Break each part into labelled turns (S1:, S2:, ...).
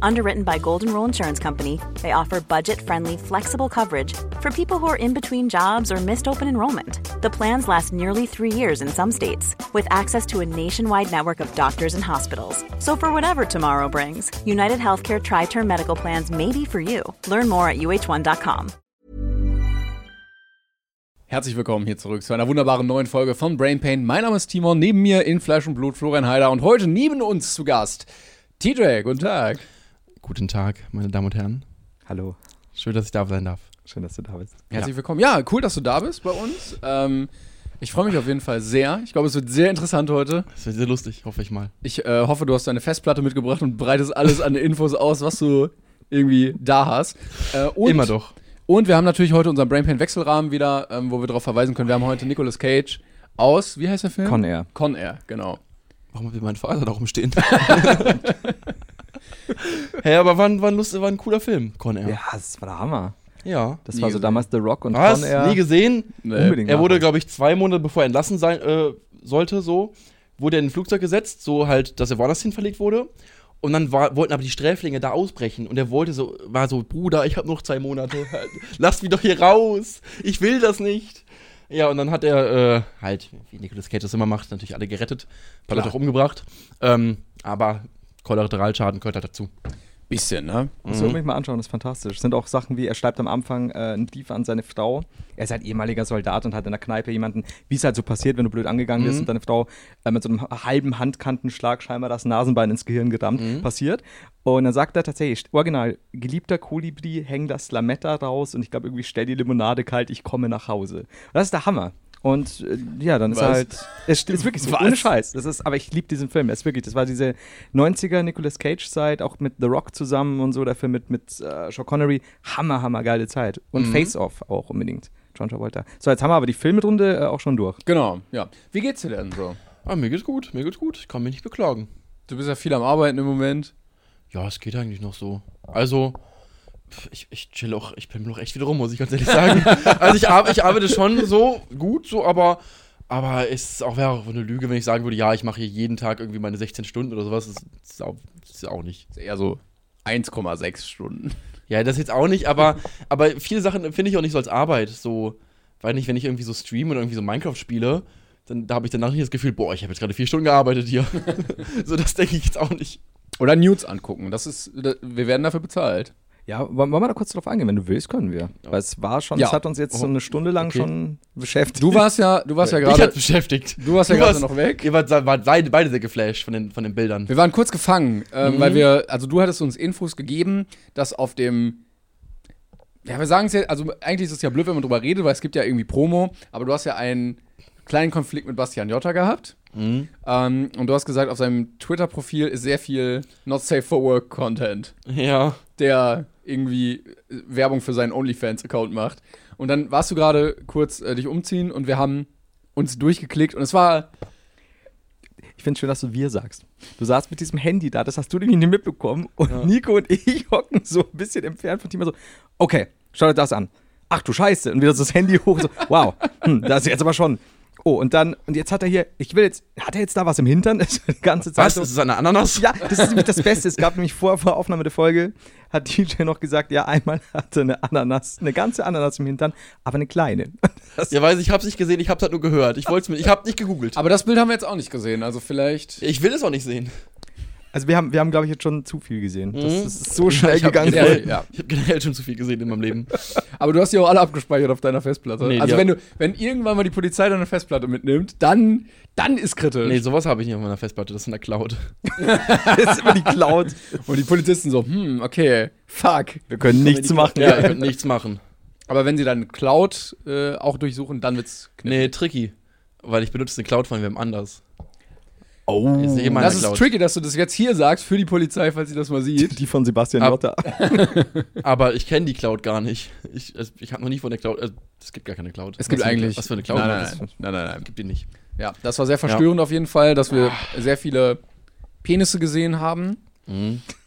S1: Underwritten by Golden Rule Insurance Company, they offer budget friendly, flexible coverage for people who are in between jobs or missed open enrollment. The plans last nearly three years in some states, with access to a nationwide network of doctors and hospitals. So, for whatever tomorrow brings, United Healthcare Tri Term Medical Plans may be for you. Learn more at uh1.com.
S2: Herzlich willkommen hier zurück zu einer wunderbaren neuen Folge von Brain Pain. Mein Name ist Timon, neben mir in Fleisch und Blut Florian Heider und heute neben uns zu Gast TJ. Guten Tag.
S3: Guten Tag, meine Damen und Herren.
S4: Hallo,
S3: Schön, dass ich da sein darf.
S4: schön, dass du da bist.
S2: Herzlich willkommen. Ja, cool, dass du da bist bei uns. Ähm, ich freue mich auf jeden Fall sehr. Ich glaube, es wird sehr interessant heute.
S3: Es wird sehr lustig, hoffe ich mal.
S2: Ich äh, hoffe, du hast deine Festplatte mitgebracht und breitest alles an Infos aus, was du irgendwie da hast. Äh, und,
S3: Immer doch.
S2: Und wir haben natürlich heute unseren Brainpain-Wechselrahmen wieder, ähm, wo wir darauf verweisen können. Wir haben heute Nicolas Cage aus, wie heißt der Film?
S4: Con Air.
S2: Con Air, genau.
S3: Warum will mein Vater da rumstehen? hey, aber war, ein- war, ein lust, war ein cooler Film, Con Air.
S4: Ja, das war der Hammer.
S3: Ja.
S4: Das
S2: Nie
S4: war so
S2: gesehen.
S4: damals The Rock und
S3: Was?
S4: Con Air.
S3: Nie gesehen?
S2: Nee.
S4: Unbedingt
S3: Er wurde,
S4: nachholen.
S3: glaube ich, zwei Monate bevor er entlassen sein äh, sollte, so, wurde er in ein Flugzeug gesetzt, so halt, dass er woanders hin verlegt wurde. Und dann war, wollten aber die Sträflinge da ausbrechen. Und er wollte so, war so, Bruder, ich habe noch zwei Monate. Lasst mich doch hier raus. Ich will das nicht. Ja, und dann hat er äh, halt, wie Nicolas Cage das immer macht, natürlich alle gerettet, ein paar
S2: Klar.
S3: Leute auch umgebracht. Ähm, aber Kollateralschaden gehört halt dazu.
S2: Bisschen, ne?
S4: Musst du
S3: Mhm.
S4: unbedingt mal anschauen, das ist fantastisch. Sind auch Sachen wie, er schreibt am Anfang äh, einen Brief an seine Frau. Er ist halt ehemaliger Soldat und hat in der Kneipe jemanden, wie es halt so passiert, wenn du blöd angegangen
S3: Mhm.
S4: bist und deine Frau äh, mit so einem halben Handkantenschlag scheinbar das Nasenbein ins Gehirn gerammt,
S3: Mhm.
S4: passiert. Und dann sagt er tatsächlich, original, geliebter Kolibri, häng das Lametta raus und ich glaube irgendwie, stell die Limonade kalt, ich komme nach Hause. Und das ist der Hammer. Und äh, ja, dann ist
S2: Was?
S4: halt. Es st- ist wirklich so,
S2: Was?
S4: ohne Scheiß. Das ist, aber ich liebe diesen Film. Das ist wirklich, das war diese 90er Nicolas Cage-Zeit, auch mit The Rock zusammen und so, der Film mit, mit äh, Sean Connery. Hammer, hammer geile Zeit. Und Face Off auch unbedingt. John Travolta. So, jetzt haben wir aber die Filmrunde äh, auch schon durch.
S2: Genau, ja. Wie geht's dir denn so?
S3: Ah, mir geht's gut, mir geht's gut. Ich kann mich nicht beklagen.
S2: Du bist ja viel am Arbeiten im Moment.
S3: Ja, es geht eigentlich noch so. Also, pf, ich, ich chill auch, ich bin auch echt wieder rum, muss ich ganz ehrlich sagen. also, ich, ar ich arbeite schon so gut, so, aber, aber es auch, wäre auch eine Lüge, wenn ich sagen würde, ja, ich mache hier jeden Tag irgendwie meine 16 Stunden oder sowas. Das ist auch, das ist auch nicht.
S2: Ist eher so 1,6 Stunden.
S3: Ja, das jetzt auch nicht, aber, aber viele Sachen finde ich auch nicht so als Arbeit. So, weiß nicht, wenn ich irgendwie so streame oder irgendwie so Minecraft spiele, dann da habe ich danach nicht das Gefühl, boah, ich habe jetzt gerade vier Stunden gearbeitet hier. so, das denke ich jetzt auch nicht.
S2: Oder Nudes angucken. Das ist, da- wir werden dafür bezahlt.
S4: Ja, wollen wollen wir da kurz drauf eingehen? Wenn du willst, können wir. Weil es war schon,
S2: Ja.
S4: es hat uns jetzt so eine Stunde lang
S3: Okay.
S4: schon beschäftigt.
S2: Du warst ja, du warst ja
S3: ich hat
S2: gerade,
S3: beschäftigt.
S2: du warst ja gerade noch weg.
S3: Ihr wart, wart beide, beide sehr geflasht von den, von den Bildern.
S2: Wir waren kurz gefangen, ähm, weil wir, also du hattest uns Infos gegeben, dass auf dem, ja, wir sagen es ja, also eigentlich ist es ja blöd, wenn man drüber redet, weil es gibt ja irgendwie Promo, aber du hast ja einen kleinen Konflikt mit Bastian Jotta gehabt.
S3: Hm?
S2: Ähm, und du hast gesagt, auf seinem Twitter-Profil ist sehr viel Not Safe for Work Content,
S3: Ja.
S2: der irgendwie äh, Werbung für seinen OnlyFans-Account macht. Und dann warst du gerade kurz äh, dich umziehen und wir haben uns durchgeklickt und es war,
S4: Ich finde es schön, dass du wir sagst. Du saßt mit diesem Handy da, das hast du nämlich nicht mitbekommen. Und Nico und ich hocken so ein bisschen entfernt von Timo so, okay, schau dir das an. Ach du Scheiße. Und wieder so das Handy hoch, so, wow, hm, das ist jetzt aber schon. Oh, und dann, und jetzt hat er hier, ich will jetzt, hat er jetzt da was im Hintern? Die ganze Zeit.
S3: Was?
S4: so-
S3: Ist es eine Ananas?
S4: ja, das ist nämlich das Beste. Es gab nämlich vor, vor Aufnahme der Folge, hat DJ noch gesagt, ja, einmal hatte eine Ananas, eine ganze Ananas im Hintern, aber eine kleine. Das,
S3: Ja, weiß ich, hab's nicht gesehen, ich hab's halt nur gehört. Ich wollte's mir, ich hab nicht gegoogelt.
S2: aber das Bild haben wir jetzt auch nicht gesehen, also vielleicht.
S3: Ich will es auch nicht sehen.
S4: Also wir haben, wir haben, glaube ich, jetzt schon zu viel gesehen. Das, ist so schnell
S3: Mhm. Ich hab
S4: gegangen.
S2: Ja, ja.
S3: Ich hab generell schon zu viel gesehen in meinem Leben.
S2: Aber du hast die auch alle abgespeichert auf deiner Festplatte.
S3: Nee, die
S2: also
S3: hab-
S2: wenn du, wenn irgendwann mal die Polizei deine Festplatte mitnimmt, dann, dann ist kritisch.
S3: Nee, sowas habe ich nicht auf meiner Festplatte, das ist in der Cloud.
S4: Das ist immer die Cloud.
S2: Und die Polizisten so, hm, okay, fuck.
S4: Wir können nichts machen.
S3: Ja, ihr könnt nichts machen.
S2: Aber wenn sie dann Cloud äh, auch durchsuchen, dann wird's knifflig.
S3: Nee, tricky. Weil ich benutze eine Cloud von wem anders.
S4: Oh.
S3: Ist nicht in meiner
S2: Das ist
S3: Cloud.
S2: tricky, dass du das jetzt hier sagst für die Polizei, falls sie das mal sieht.
S4: Die von Sebastian
S3: Ab-
S4: Lotter.
S3: Aber ich kenne die Cloud gar nicht. Ich, also, ich habe noch nie von der Cloud. Also, es gibt gar keine Cloud.
S2: Es gibt
S3: was für eine-
S2: eigentlich.
S3: Was für eine Cloud?
S2: Nein, nein, nein. nein, nein,
S3: Es
S2: nein.
S3: gibt die nicht.
S2: Ja, das war sehr verstörend auf jeden Hm? Fall, dass wir sehr viele Penisse gesehen haben.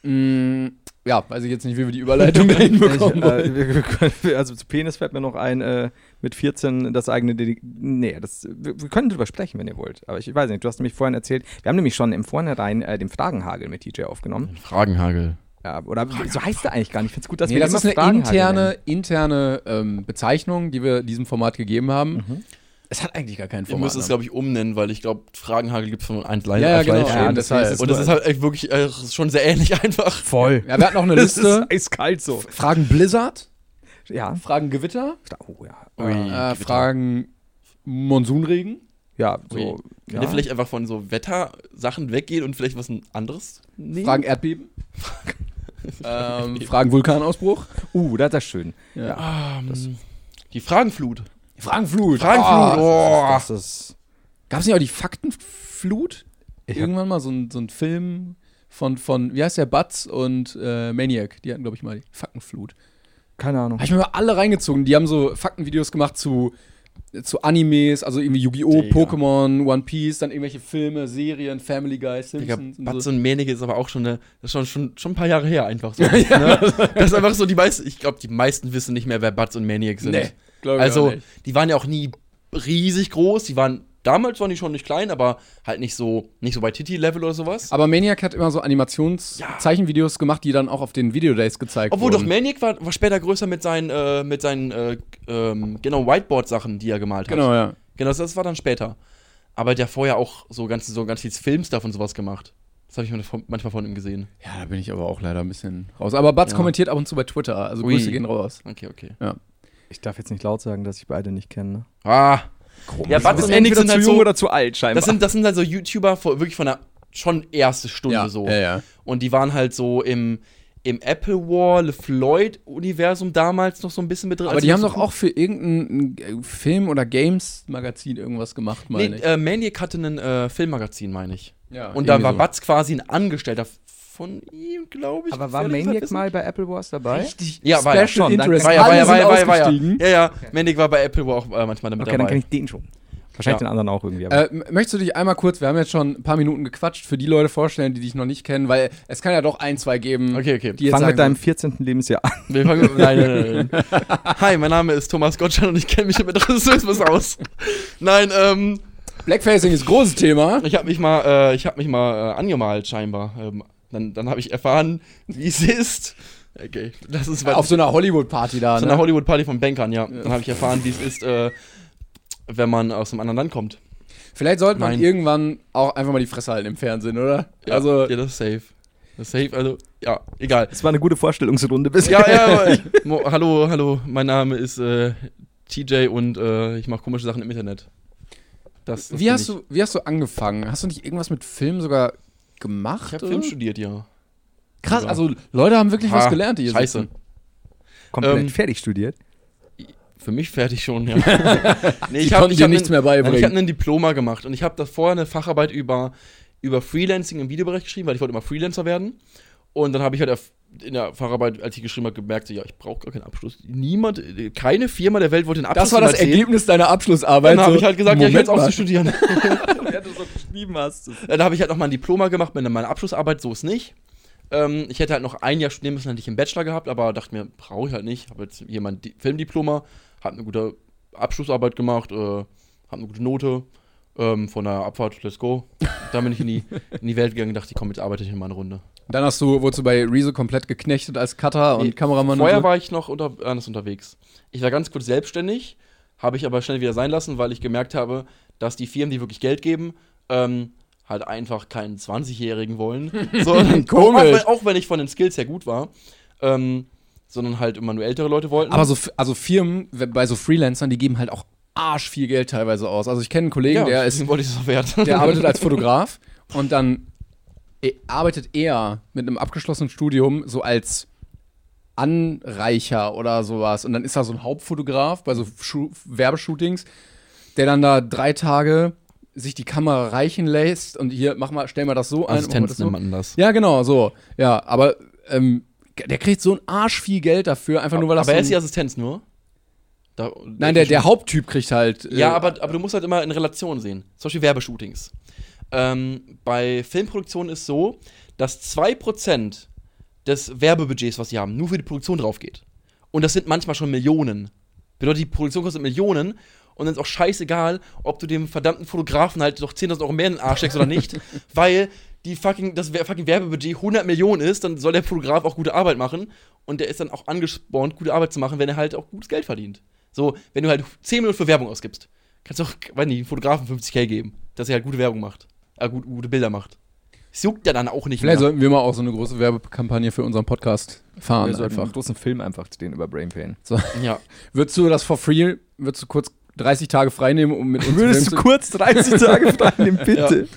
S2: Mm, ja, weiß ich jetzt nicht, wie wir die Überleitung dahin bekommen.
S4: Ich, äh, wir- wir können- also zu Penis fällt mir noch ein, äh, mit 14 das eigene Dedi Nee, das, wir, wir können drüber sprechen, wenn ihr wollt. Aber ich weiß nicht, du hast nämlich vorhin erzählt, wir haben nämlich schon im Vornherein äh, den Fragenhagel mit TJ aufgenommen.
S3: Fragenhagel.
S4: Ja, oder so heißt er eigentlich gar nicht. Ich finde es gut, dass
S2: nee,
S4: wir
S2: das
S4: immer
S2: ist eine
S4: Fragenhagel
S2: interne,
S4: nennen.
S2: interne ähm, Bezeichnung, die wir diesem Format gegeben haben. Mhm. Es hat eigentlich gar keinen
S3: Wir
S2: Format.
S3: müssen es,
S2: ne?
S3: glaube ich, umnennen, weil ich glaube, Fragenhagel gibt es von einem allein.
S2: Ja, ja,
S3: allein
S2: genau.
S3: stehen.
S2: Ja, deshalb.
S3: Und das ist halt echt wirklich äh, schon sehr ähnlich einfach.
S4: Voll.
S2: ja, wir hatten auch eine
S4: Das
S2: Liste.
S4: ist eiskalt so.
S2: Fragen Blizzard,
S4: Ja.
S2: Fragen Gewitter,
S4: Oh ja.
S3: Ui,
S2: äh,
S3: Gewitter.
S2: Fragen Monsunregen.
S4: Ja,
S3: Ui.
S4: so.
S3: Könnt
S4: ja.
S3: ihr vielleicht einfach von so Wettersachen weggehen und vielleicht was anderes nehmen?
S2: Fragen Erdbeben. ähm, Fragen Vulkanausbruch.
S4: Uh, das ist schön.
S2: Ja.
S3: Ähm, die Fragenflut.
S2: Fragen Flut.
S3: Fragenflut.
S2: Oh.
S3: Oh.
S4: Das ist.
S2: Gab es nicht auch die Faktenflut?
S4: Ich hab-
S2: Irgendwann mal so ein, so ein Film von, von, wie heißt der, Batz und äh, Maniac. Die hatten, glaube ich, mal die Faktenflut.
S4: Keine Ahnung.
S2: Habe ich mir mal alle reingezogen. Die haben so Faktenvideos gemacht zu, zu Animes, also irgendwie Yu-Gi-Oh!,
S3: Digga.
S2: Pokémon, One Piece, dann irgendwelche Filme, Serien, Family Guy,
S3: Digga,
S2: Simpsons und
S3: Batze
S2: so.
S3: und Menige ist aber auch schon, eine, das ist schon, schon, schon ein paar Jahre her einfach so. ne? Das ist einfach so, die meisten, ich glaube, die meisten wissen nicht mehr, wer Batz und Maniac sind.
S2: Nee, glaub ich auch
S3: also,
S2: nicht.
S3: die waren ja auch nie riesig groß, die waren, damals waren die schon nicht klein, aber halt nicht so, nicht so bei Titi-Level oder sowas.
S2: Aber Maniac hat immer so Animationszeichenvideos gemacht, die dann auch auf den Videodays gezeigt
S3: Obwohl doch
S2: wurden.
S3: Maniac war, war später größer mit seinen, äh, mit seinen äh, ähm, genau, Whiteboard-Sachen, die er gemalt hat.
S2: Genau, ja.
S3: Genau, das, das war dann später. Aber der hat vorher auch so ganz, so ganz viel Filmstuff und sowas gemacht. Das habe ich manchmal von- manchmal von ihm gesehen.
S2: Ja, da bin ich aber auch leider ein bisschen raus. Aber Batz
S3: Ja.
S2: kommentiert ab und zu bei Twitter, also
S3: Ui.
S2: Grüße gehen raus.
S3: Okay, okay.
S4: Ich darf jetzt nicht laut sagen, dass ich beide nicht kenne. Ne?
S3: Ah,
S2: Komisch.
S3: Ja, Batz
S4: Du bist
S3: und Maniac
S4: entweder
S3: sind
S4: zu
S3: halt
S4: jung
S3: so-
S4: oder zu alt, scheinbar.
S3: das
S2: Ähm,
S3: sind, das sind halt so YouTuber vor, wirklich von der schon erste Stunde
S2: ja,
S3: so.
S2: Ja, ja.
S3: Und die waren halt so im, im Apple War, LeFloid-Universum damals noch so ein bisschen mit drin.
S2: Aber
S3: als
S2: die haben
S3: noch
S2: doch
S3: so-
S2: auch für irgendein äh, Film- oder Games-Magazin irgendwas gemacht,
S3: Nee,
S2: meine ich.
S3: äh, Maniac hatte ein äh, Filmmagazin, meine ich.
S2: Ja,
S3: und da
S2: irgendwie
S3: war
S2: so.
S3: Batz quasi ein Angestellter von ihm, glaube ich.
S4: Aber war
S3: ehrlich gesagt
S4: Maniac
S3: wissen-
S4: mal bei Apple Wars dabei?
S2: Richtig
S3: Ja, war ja
S2: Special
S4: schon, danke.
S2: Interest.
S3: War ja, war
S2: Alle
S3: ja, war ja, war
S2: sind
S3: ja, war ja.
S2: ausgestiegen.
S3: Ja, ja. Maniac war bei Apple War auch äh, manchmal damit
S4: Okay, dann
S3: dabei.
S4: kenne ich den schon. Wahrscheinlich
S3: Ja.
S4: den anderen auch irgendwie.
S2: Äh,
S4: Aber
S2: m- möchtest du dich einmal kurz, wir haben jetzt schon ein paar Minuten gequatscht, für die Leute vorstellen, die dich noch nicht kennen, weil es kann ja doch ein, zwei geben,
S3: Okay, okay.
S2: die jetzt
S4: fang
S2: sagen,
S4: mit deinem 14. Lebensjahr an.
S3: Wir fangen mit, nein, nein, nein, nein. Hi, mein Name ist Thomas Gottschalk und ich kenne mich mit Rassismus aus. Nein, ähm,
S2: Blackfacing ist großes Thema.
S3: ich habe mich mal, äh, ich habe mich mal äh, angemalt scheinbar. Ähm, dann dann habe ich erfahren, wie es ist. Okay, das ist
S2: Auf so einer Hollywood-Party da,
S3: Zu
S2: ne?
S3: einer Hollywood-Party von Bankern, ja. Dann habe ich erfahren, wie es ist, äh, wenn man aus einem anderen Land kommt.
S2: Vielleicht sollte man
S3: Nein.
S2: irgendwann auch einfach mal die Fresse halten im Fernsehen, oder?
S3: Ja,
S2: also,
S3: ja, das ist safe. Das ist safe, also, ja, egal.
S4: Das war eine gute Vorstellungsrunde bisher.
S3: Ja, ja, aber ich, mo, hallo, hallo, mein Name ist äh, TJ und äh, ich mache komische Sachen im Internet. Das, das
S2: wie,
S3: bin
S2: hast
S3: ich.
S2: du, wie hast du angefangen? Hast du nicht irgendwas mit Film sogar gemacht?
S3: Ich habe
S2: oder?
S3: Film studiert, ja.
S2: Krass, also Leute haben wirklich was
S3: Ha,
S2: gelernt, die hier
S3: Scheiße.
S2: sitzen.
S4: Komplett
S3: Ähm,
S4: fertig studiert.
S3: Für mich fertig schon, ja. nee,
S2: Die
S3: hab-
S2: konnten dir
S3: hab
S2: nichts
S3: nen-
S2: mehr beibringen.
S3: Nein, Ich habe ein Diploma gemacht und ich habe davor eine Facharbeit über, über Freelancing im Videobereich geschrieben, weil ich wollte immer Freelancer werden. Und dann habe ich halt erf- in der Facharbeit, als ich geschrieben habe, gemerkt, so, ja, ich brauche gar keinen Abschluss. Niemand, keine Firma der Welt wollte den Abschluss
S2: Das war das
S3: jemals sehen.
S2: Ergebnis deiner Abschlussarbeit.
S3: Dann habe
S2: so,
S3: ich halt gesagt, ja, ich höre jetzt auf
S2: mal.
S3: zu studieren.
S4: Wer du so geschrieben hast.
S3: Äh, Da habe ich halt noch mal ein Diploma gemacht mit meiner Abschlussarbeit, so ist nicht. Ähm, ich hätte halt noch ein Jahr studieren müssen, hätte ich einen Bachelor gehabt, aber dachte mir, brauche ich halt nicht. Habe jetzt hier mein Di Filmdiploma, habe eine gute Abschlussarbeit gemacht, äh, habe eine gute Note ähm, von der Abfahrt, let's go. Dann bin ich in die, in die Welt gegangen und dachte, komm, jetzt arbeite ich in meine Runde.
S2: Dann hast du, wurdest du bei Rezo komplett geknechtet als Cutter und
S3: Nee,
S2: Kameramann
S3: Vorher
S2: und so.
S3: war ich noch unter, anders unterwegs. Ich war ganz kurz selbstständig, habe ich aber schnell wieder sein lassen, weil ich gemerkt habe, dass die Firmen, die wirklich Geld geben, ähm, halt einfach keinen 20-Jährigen wollen. sondern auch,
S2: Komisch.
S3: wenn- auch wenn ich von den Skills her gut war, ähm, sondern halt immer nur ältere Leute wollten.
S2: Aber so, F- also Firmen, we- bei so Freelancern, die geben halt auch arsch viel Geld teilweise aus. Also ich kenne einen Kollegen,
S3: ja,
S2: der,
S3: deswegen
S2: ist,
S3: wollte ich es auch wert.
S2: der arbeitet als Fotograf und dann e- arbeitet er mit einem abgeschlossenen Studium so als Anreicher oder sowas. Und dann ist da so ein Hauptfotograf bei so Schu Werbeshootings, der dann da drei Tage sich die Kamera reichen lässt und hier, mach mal, stell mal das so ein. mach mal
S3: Assistenz
S2: das so.
S3: nennt man das.
S2: Ja, genau, so. Ja, aber ähm, der kriegt so einen Arsch viel Geld dafür, einfach nur weil das.
S3: aber er
S2: so
S3: ist die
S2: ein,
S3: Assistenz nur. Da-
S2: nein, der, der Haupttyp kriegt halt. äh,
S3: Ja, aber, aber du musst halt immer in Relation sehen. Zum Beispiel Werbeshootings. Ähm, bei Filmproduktionen ist so, dass 2% des Werbebudgets, was sie haben, nur für die Produktion drauf geht. Und das sind manchmal schon Millionen. Bedeutet, die Produktion kostet Millionen und dann ist auch scheißegal, ob du dem verdammten Fotografen halt noch 10.000 Euro mehr in den Arsch steckst oder nicht, weil die fucking, das wer- fucking Werbebudget 100 Millionen ist, dann soll der Fotograf auch gute Arbeit machen und der ist dann auch angespornt, gute Arbeit zu machen, wenn er halt auch gutes Geld verdient. So, wenn du halt 10 Millionen für Werbung ausgibst, kannst du auch, weiß nicht, einen Fotografen 50k geben, dass er halt gute Werbung macht, äh, gut, gute Bilder macht. Es juckt ja dann auch nicht
S2: Vielleicht
S3: mehr.
S2: sollten wir mal auch so eine große Werbekampagne für unseren Podcast fahren.
S4: Wir sollten einen
S2: einfach.
S4: großen Film einfach drehen über Brain Pain.
S3: Ja.
S2: Würdest du das for free, würdest du kurz 30 Tage freinehmen, um mit uns Film zu-
S4: kurz 30 Tage fragen, bitte?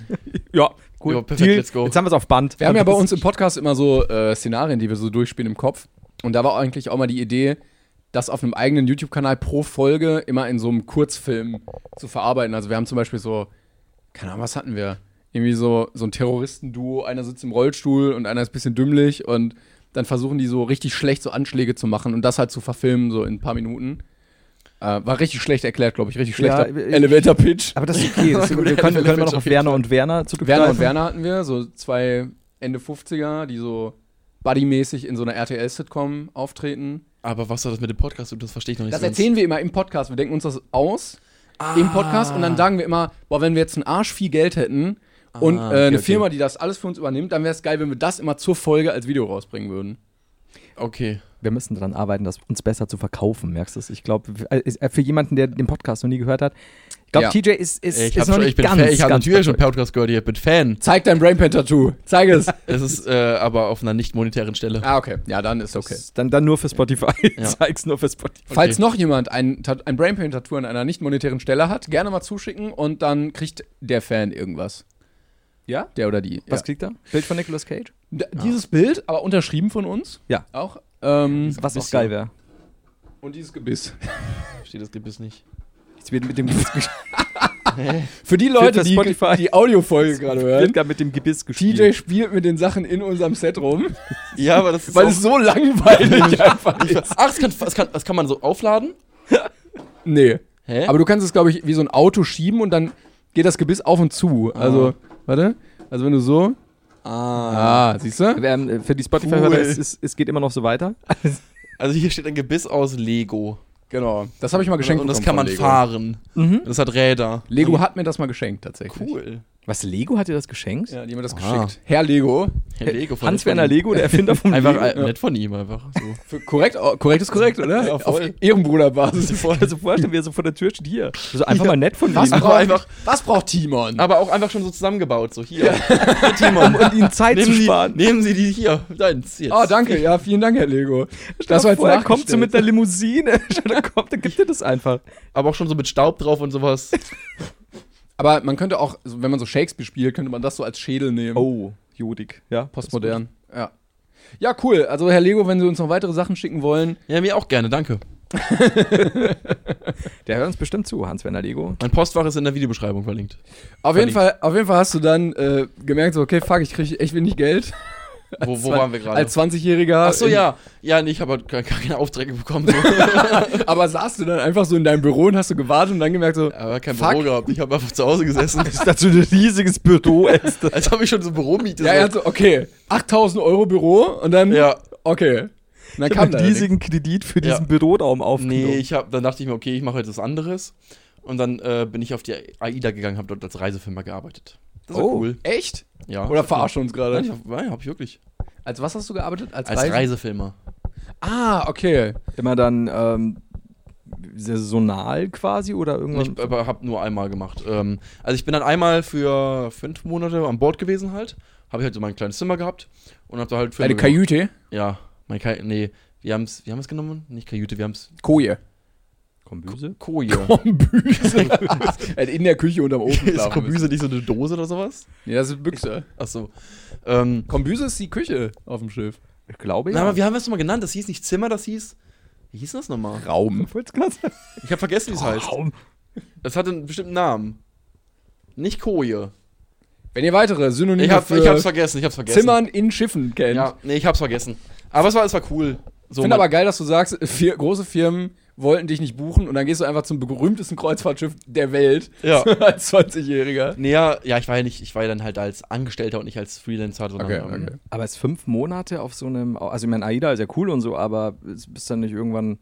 S4: Ja, cool.
S3: Ja, perfekt,
S4: Deal.
S3: let's go.
S4: Jetzt haben wir es auf Band. Also
S2: Wir haben ja bei uns im Podcast immer so äh, Szenarien, die wir so durchspielen im Kopf. Und da war eigentlich auch mal die Idee, das auf einem eigenen YouTube-Kanal pro Folge immer in so einem Kurzfilm zu verarbeiten. Also wir haben zum Beispiel so, keine Ahnung, was hatten wir? Irgendwie so, so ein Terroristenduo, einer sitzt im Rollstuhl und einer ist ein bisschen dümmlich und dann versuchen die so richtig schlecht so Anschläge zu machen und das halt zu verfilmen, so in ein paar Minuten. Äh, war richtig schlecht erklärt, glaube ich. Richtig schlechter
S4: ich-
S2: Elevator-Pitch.
S4: Aber das ist okay. Das ist, wir können, wir können immer noch auf Werner und Werner zurückgreifen.
S2: Werner und Werner hatten wir, so zwei Ende 50er, die so buddymäßig in so einer RTL-Sitcom auftreten.
S3: Aber was soll das mit dem Podcast? tun? Das verstehe ich noch nicht
S2: Das
S3: so ganz.
S2: erzählen wir immer im Podcast. Wir denken uns das aus im Podcast und dann sagen wir immer, boah, wenn wir jetzt einen Arsch viel Geld hätten und äh,
S3: Ah, okay,
S2: eine
S3: okay.
S2: Firma, die das alles für uns übernimmt, dann wäre es geil, wenn wir das immer zur Folge als Video rausbringen würden.
S3: Okay.
S4: Wir müssen daran arbeiten, das uns besser zu verkaufen, merkst du es? Ich glaube, äh, für jemanden, der den Podcast noch nie gehört hat, ich glaube,
S2: Ja.
S4: TJ ist, ist,
S3: Äh, Ich, hab
S4: ist noch
S3: schon,
S4: nicht
S3: ich bin
S4: ganz,
S3: Fan, ich habe
S4: ganz
S3: natürlich schon
S4: perfekt.
S3: Podcast gehört, ich bin Fan.
S2: Zeig dein Brainpan-Tattoo. Zeig es.
S3: Das ist äh, aber auf einer nicht monetären Stelle.
S2: ah, okay. Ja, dann ist okay.
S4: Dann, dann nur für Spotify.
S3: Ja.
S4: Zeig's nur für Spotify.
S2: Falls noch jemand ein, Tat- ein Brainpan-Tattoo an einer nicht monetären Stelle hat, gerne mal zuschicken und dann kriegt der Fan irgendwas.
S4: Ja?
S2: Der oder die.
S4: Was kriegt er? Bild von Nicolas Cage?
S2: D Dieses Bild, aber unterschrieben von uns.
S4: Ja.
S2: Auch. Ähm,
S4: Was auch
S3: bisschen.
S4: geil wäre.
S2: und dieses Gebiss.
S3: Verstehe das Gebiss nicht.
S4: Jetzt wird mit dem Gebiss
S2: Für die Leute,
S4: Für
S2: die
S4: Spotify.
S2: die Audiofolge gerade hören,
S4: gespielt. mit dem Gebiss gespielt.
S2: TJ spielt mit den Sachen in unserem Set rum,
S3: Ja, aber das ist
S2: weil es so langweilig einfach ist.
S3: Ach, das kann, das, kann, das kann man so aufladen?
S2: Nee.
S3: Hä?
S2: Aber du kannst es, glaube ich, wie so ein Auto schieben und dann geht das Gebiss auf und zu. Also, warte. Also, wenn du so.
S3: ah.
S2: Ah, siehst du?
S4: Ähm, für die Spotify-Hörer,
S3: Cool.
S4: es, es, es geht immer noch so weiter.
S3: Also hier steht ein Gebiss aus Lego.
S2: Genau. Das habe ich mal geschenkt.
S3: und das
S2: bekommen von
S3: kann man
S2: Lego.
S3: fahren.
S4: Mhm.
S3: Und Das hat Räder.
S2: Lego hat mir das mal geschenkt, tatsächlich.
S3: Cool.
S4: Was, Lego hat dir das geschenkt?
S2: Ja, die haben mir das
S3: Ah.
S2: geschickt. Herr Lego.
S3: Herr Lego von
S4: Hans-Werner
S3: nett von
S4: Lego, der Erfinder vom
S3: ihm. Einfach
S4: Lego.
S3: äh, nett von ihm, einfach so.
S2: Für korrekt, oh, korrekt ist korrekt, oder?
S3: Ja,
S2: Auf
S3: voll.
S2: Ehrenbruderbasis.
S4: Also vorstellen, wie er so vor der Tür steht. Hier. Also einfach mal nett von ihm.
S2: Was
S3: Aber
S2: braucht,
S3: einfach- Ah,
S2: was braucht Timon?
S3: Aber auch einfach schon so zusammengebaut, so hier.
S4: um, um ihnen Zeit zu
S3: Nehmen, Sie,
S4: sparen.
S3: nehmen Sie die hier. Deins jetzt.
S2: Ah, danke, ja, vielen Dank, Herr Lego. war
S4: Das war
S2: jetzt
S4: vorher kommt so
S2: nachgestellt.
S4: mit der Limousine. dann kommt, dann gibt dir das einfach.
S3: Aber auch schon so mit Staub drauf und sowas.
S2: Aber man könnte auch, so, wenn man so Shakespeare spielt, könnte man das so als Schädel nehmen.
S4: Oh, Judik. Ja,
S2: Postmodern. Ja. Ja, cool. Also, Herr Lego, wenn Sie uns noch weitere Sachen schicken wollen,
S3: Ja, mir auch gerne, danke.
S4: Der hört uns bestimmt zu, Hans-Werner Lego.
S3: Mein Postfach ist in der Videobeschreibung verlinkt.
S2: auf jeden, Fall, auf jeden Fall hast du dann äh, gemerkt, so, okay, fuck, ich kriege echt wenig Geld.
S3: Wo, wo waren wir gerade?
S2: Als 20-Jähriger.
S3: Ach so,
S2: in-
S3: ja. Ja, nee, ich habe halt gar gar keine Aufträge bekommen. So.
S2: Aber saß du dann einfach so in deinem Büro und hast du gewartet und dann gemerkt, so,
S3: Aber kein
S2: Fuck.
S3: Büro gehabt. Ich habe einfach zu Hause gesessen.
S4: Ist das so ein riesiges Büro? Ist
S3: Als habe ich schon so Büromiete.
S2: ja, also-
S3: so.
S2: ja, so, okay, 8000 Euro Büro und dann,
S3: Ja.
S2: okay. Und dann
S4: ich
S2: kam
S4: habe
S2: da
S4: einen
S2: nix.
S4: riesigen Kredit für diesen
S3: Ja.
S4: Büroraum aufgenommen.
S3: Nee, ich hab, dann dachte ich mir, okay, ich mache jetzt was anderes. Und dann äh, bin ich auf die AIDA gegangen, habe dort als Reisefirma gearbeitet. Das war
S4: Oh.
S3: cool.
S2: Echt?
S3: Ja.
S2: Oder verarschen uns
S3: Nein, ich
S2: gerade?
S3: hab, nein, hab ich wirklich.
S2: Als was hast du gearbeitet? Als,
S3: Als
S2: Reise-
S3: Reisefilmer.
S2: Ah, okay.
S4: Immer dann ähm, saisonal quasi oder irgendwas.
S3: Ich aber habe nur einmal gemacht. Ähm, also ich bin dann einmal für fünf Monate an Bord gewesen halt. Habe ich halt so mein kleines Zimmer gehabt und habe da halt Filme
S2: Eine
S3: gemacht.
S2: Kajüte?
S3: Ja, mein Kai nee, wir haben's wir haben's genommen, nicht Kajüte, wir haben's
S2: Koje.
S4: Kombüse?
S3: Koje.
S2: Kombüse. also in der Küche unterm Ofen schlafen
S3: Ist
S2: müssen.
S3: Kombüse nicht so eine Dose oder sowas?
S2: Nee, das ist Büchse.
S3: Ach so. Ähm,
S2: Kombüse ist die Küche auf dem Schiff.
S4: Ich glaube
S3: Na,
S4: ja.
S3: aber wir haben es nochmal genannt, das hieß nicht Zimmer, das hieß Wie hieß denn das nochmal?
S2: Raum.
S4: Wollt's gerade sagen.
S3: Ich habe vergessen, wie es heißt.
S4: Raum.
S3: Das hatte einen bestimmten Namen. Nicht Koje.
S2: Wenn ihr weitere Synonyme
S3: Ich, hab,
S2: für
S3: ich hab's vergessen, ich hab's vergessen.
S2: Zimmern in Schiffen kennt.
S3: Ja, nee, ich hab's vergessen. Aber es war, es war cool.
S2: Ich
S3: So,
S2: finde
S3: man-
S2: aber geil, dass du sagst, vier, große Firmen wollten dich nicht buchen und dann gehst du einfach zum berühmtesten Kreuzfahrtschiff der Welt
S3: Ja.
S2: als 20-Jähriger.
S3: Naja, ja, ich war ja nicht, ich war ja dann halt als Angestellter und nicht als Freelancer, sondern
S2: Okay,
S3: ähm,
S2: okay.
S4: Aber es ist fünf Monate auf so einem, also ich meine, AIDA ist ja cool und so, aber es ist dann nicht irgendwann,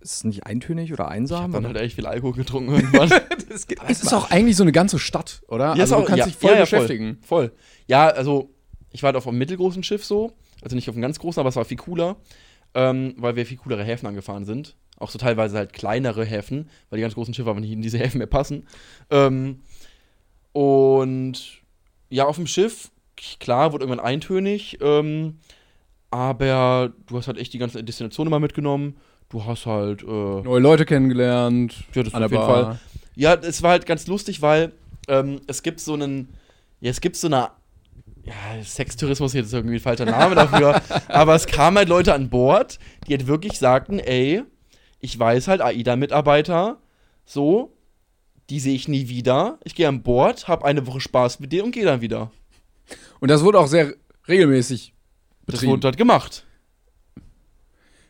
S4: ist es nicht eintönig oder
S3: ich hab
S4: einsam?
S3: dann halt echt viel Alkohol getrunken irgendwann.
S4: das geht
S2: Es ist auch eigentlich so eine ganze Stadt, oder?
S3: Ja,
S2: also
S3: ist
S2: du kannst
S3: ja,
S2: dich voll
S3: ja, ja,
S2: beschäftigen.
S3: Voll, voll. Ja, also ich war halt auf einem mittelgroßen Schiff so, also nicht auf einem ganz großen, aber es war viel cooler, ähm, weil wir viel coolere Häfen angefahren sind. Auch so teilweise halt kleinere Häfen, weil die ganz großen Schiffe aber nicht in diese Häfen mehr passen. Ähm, und ja, auf dem Schiff, klar, wurde irgendwann eintönig, ähm, aber du hast halt echt die ganze Destination immer mitgenommen. Du hast halt. Äh,
S2: Neue Leute kennengelernt.
S3: Ja, das
S2: an
S3: auf
S2: der
S3: jeden
S2: Bar.
S3: Fall. ja, es war halt ganz lustig, weil ähm, es gibt so einen, ja, es gibt so eine, ja, Sextourismus ist jetzt irgendwie ein falscher Name dafür, aber es kamen halt Leute an Bord, die halt wirklich sagten, ey, ich weiß halt, AIDA-Mitarbeiter, so, die sehe ich nie wieder, ich gehe an Bord, habe eine Woche Spaß mit denen und gehe dann wieder.
S2: Und das wurde auch sehr regelmäßig
S3: Das
S2: betrieben.
S3: wurde halt gemacht.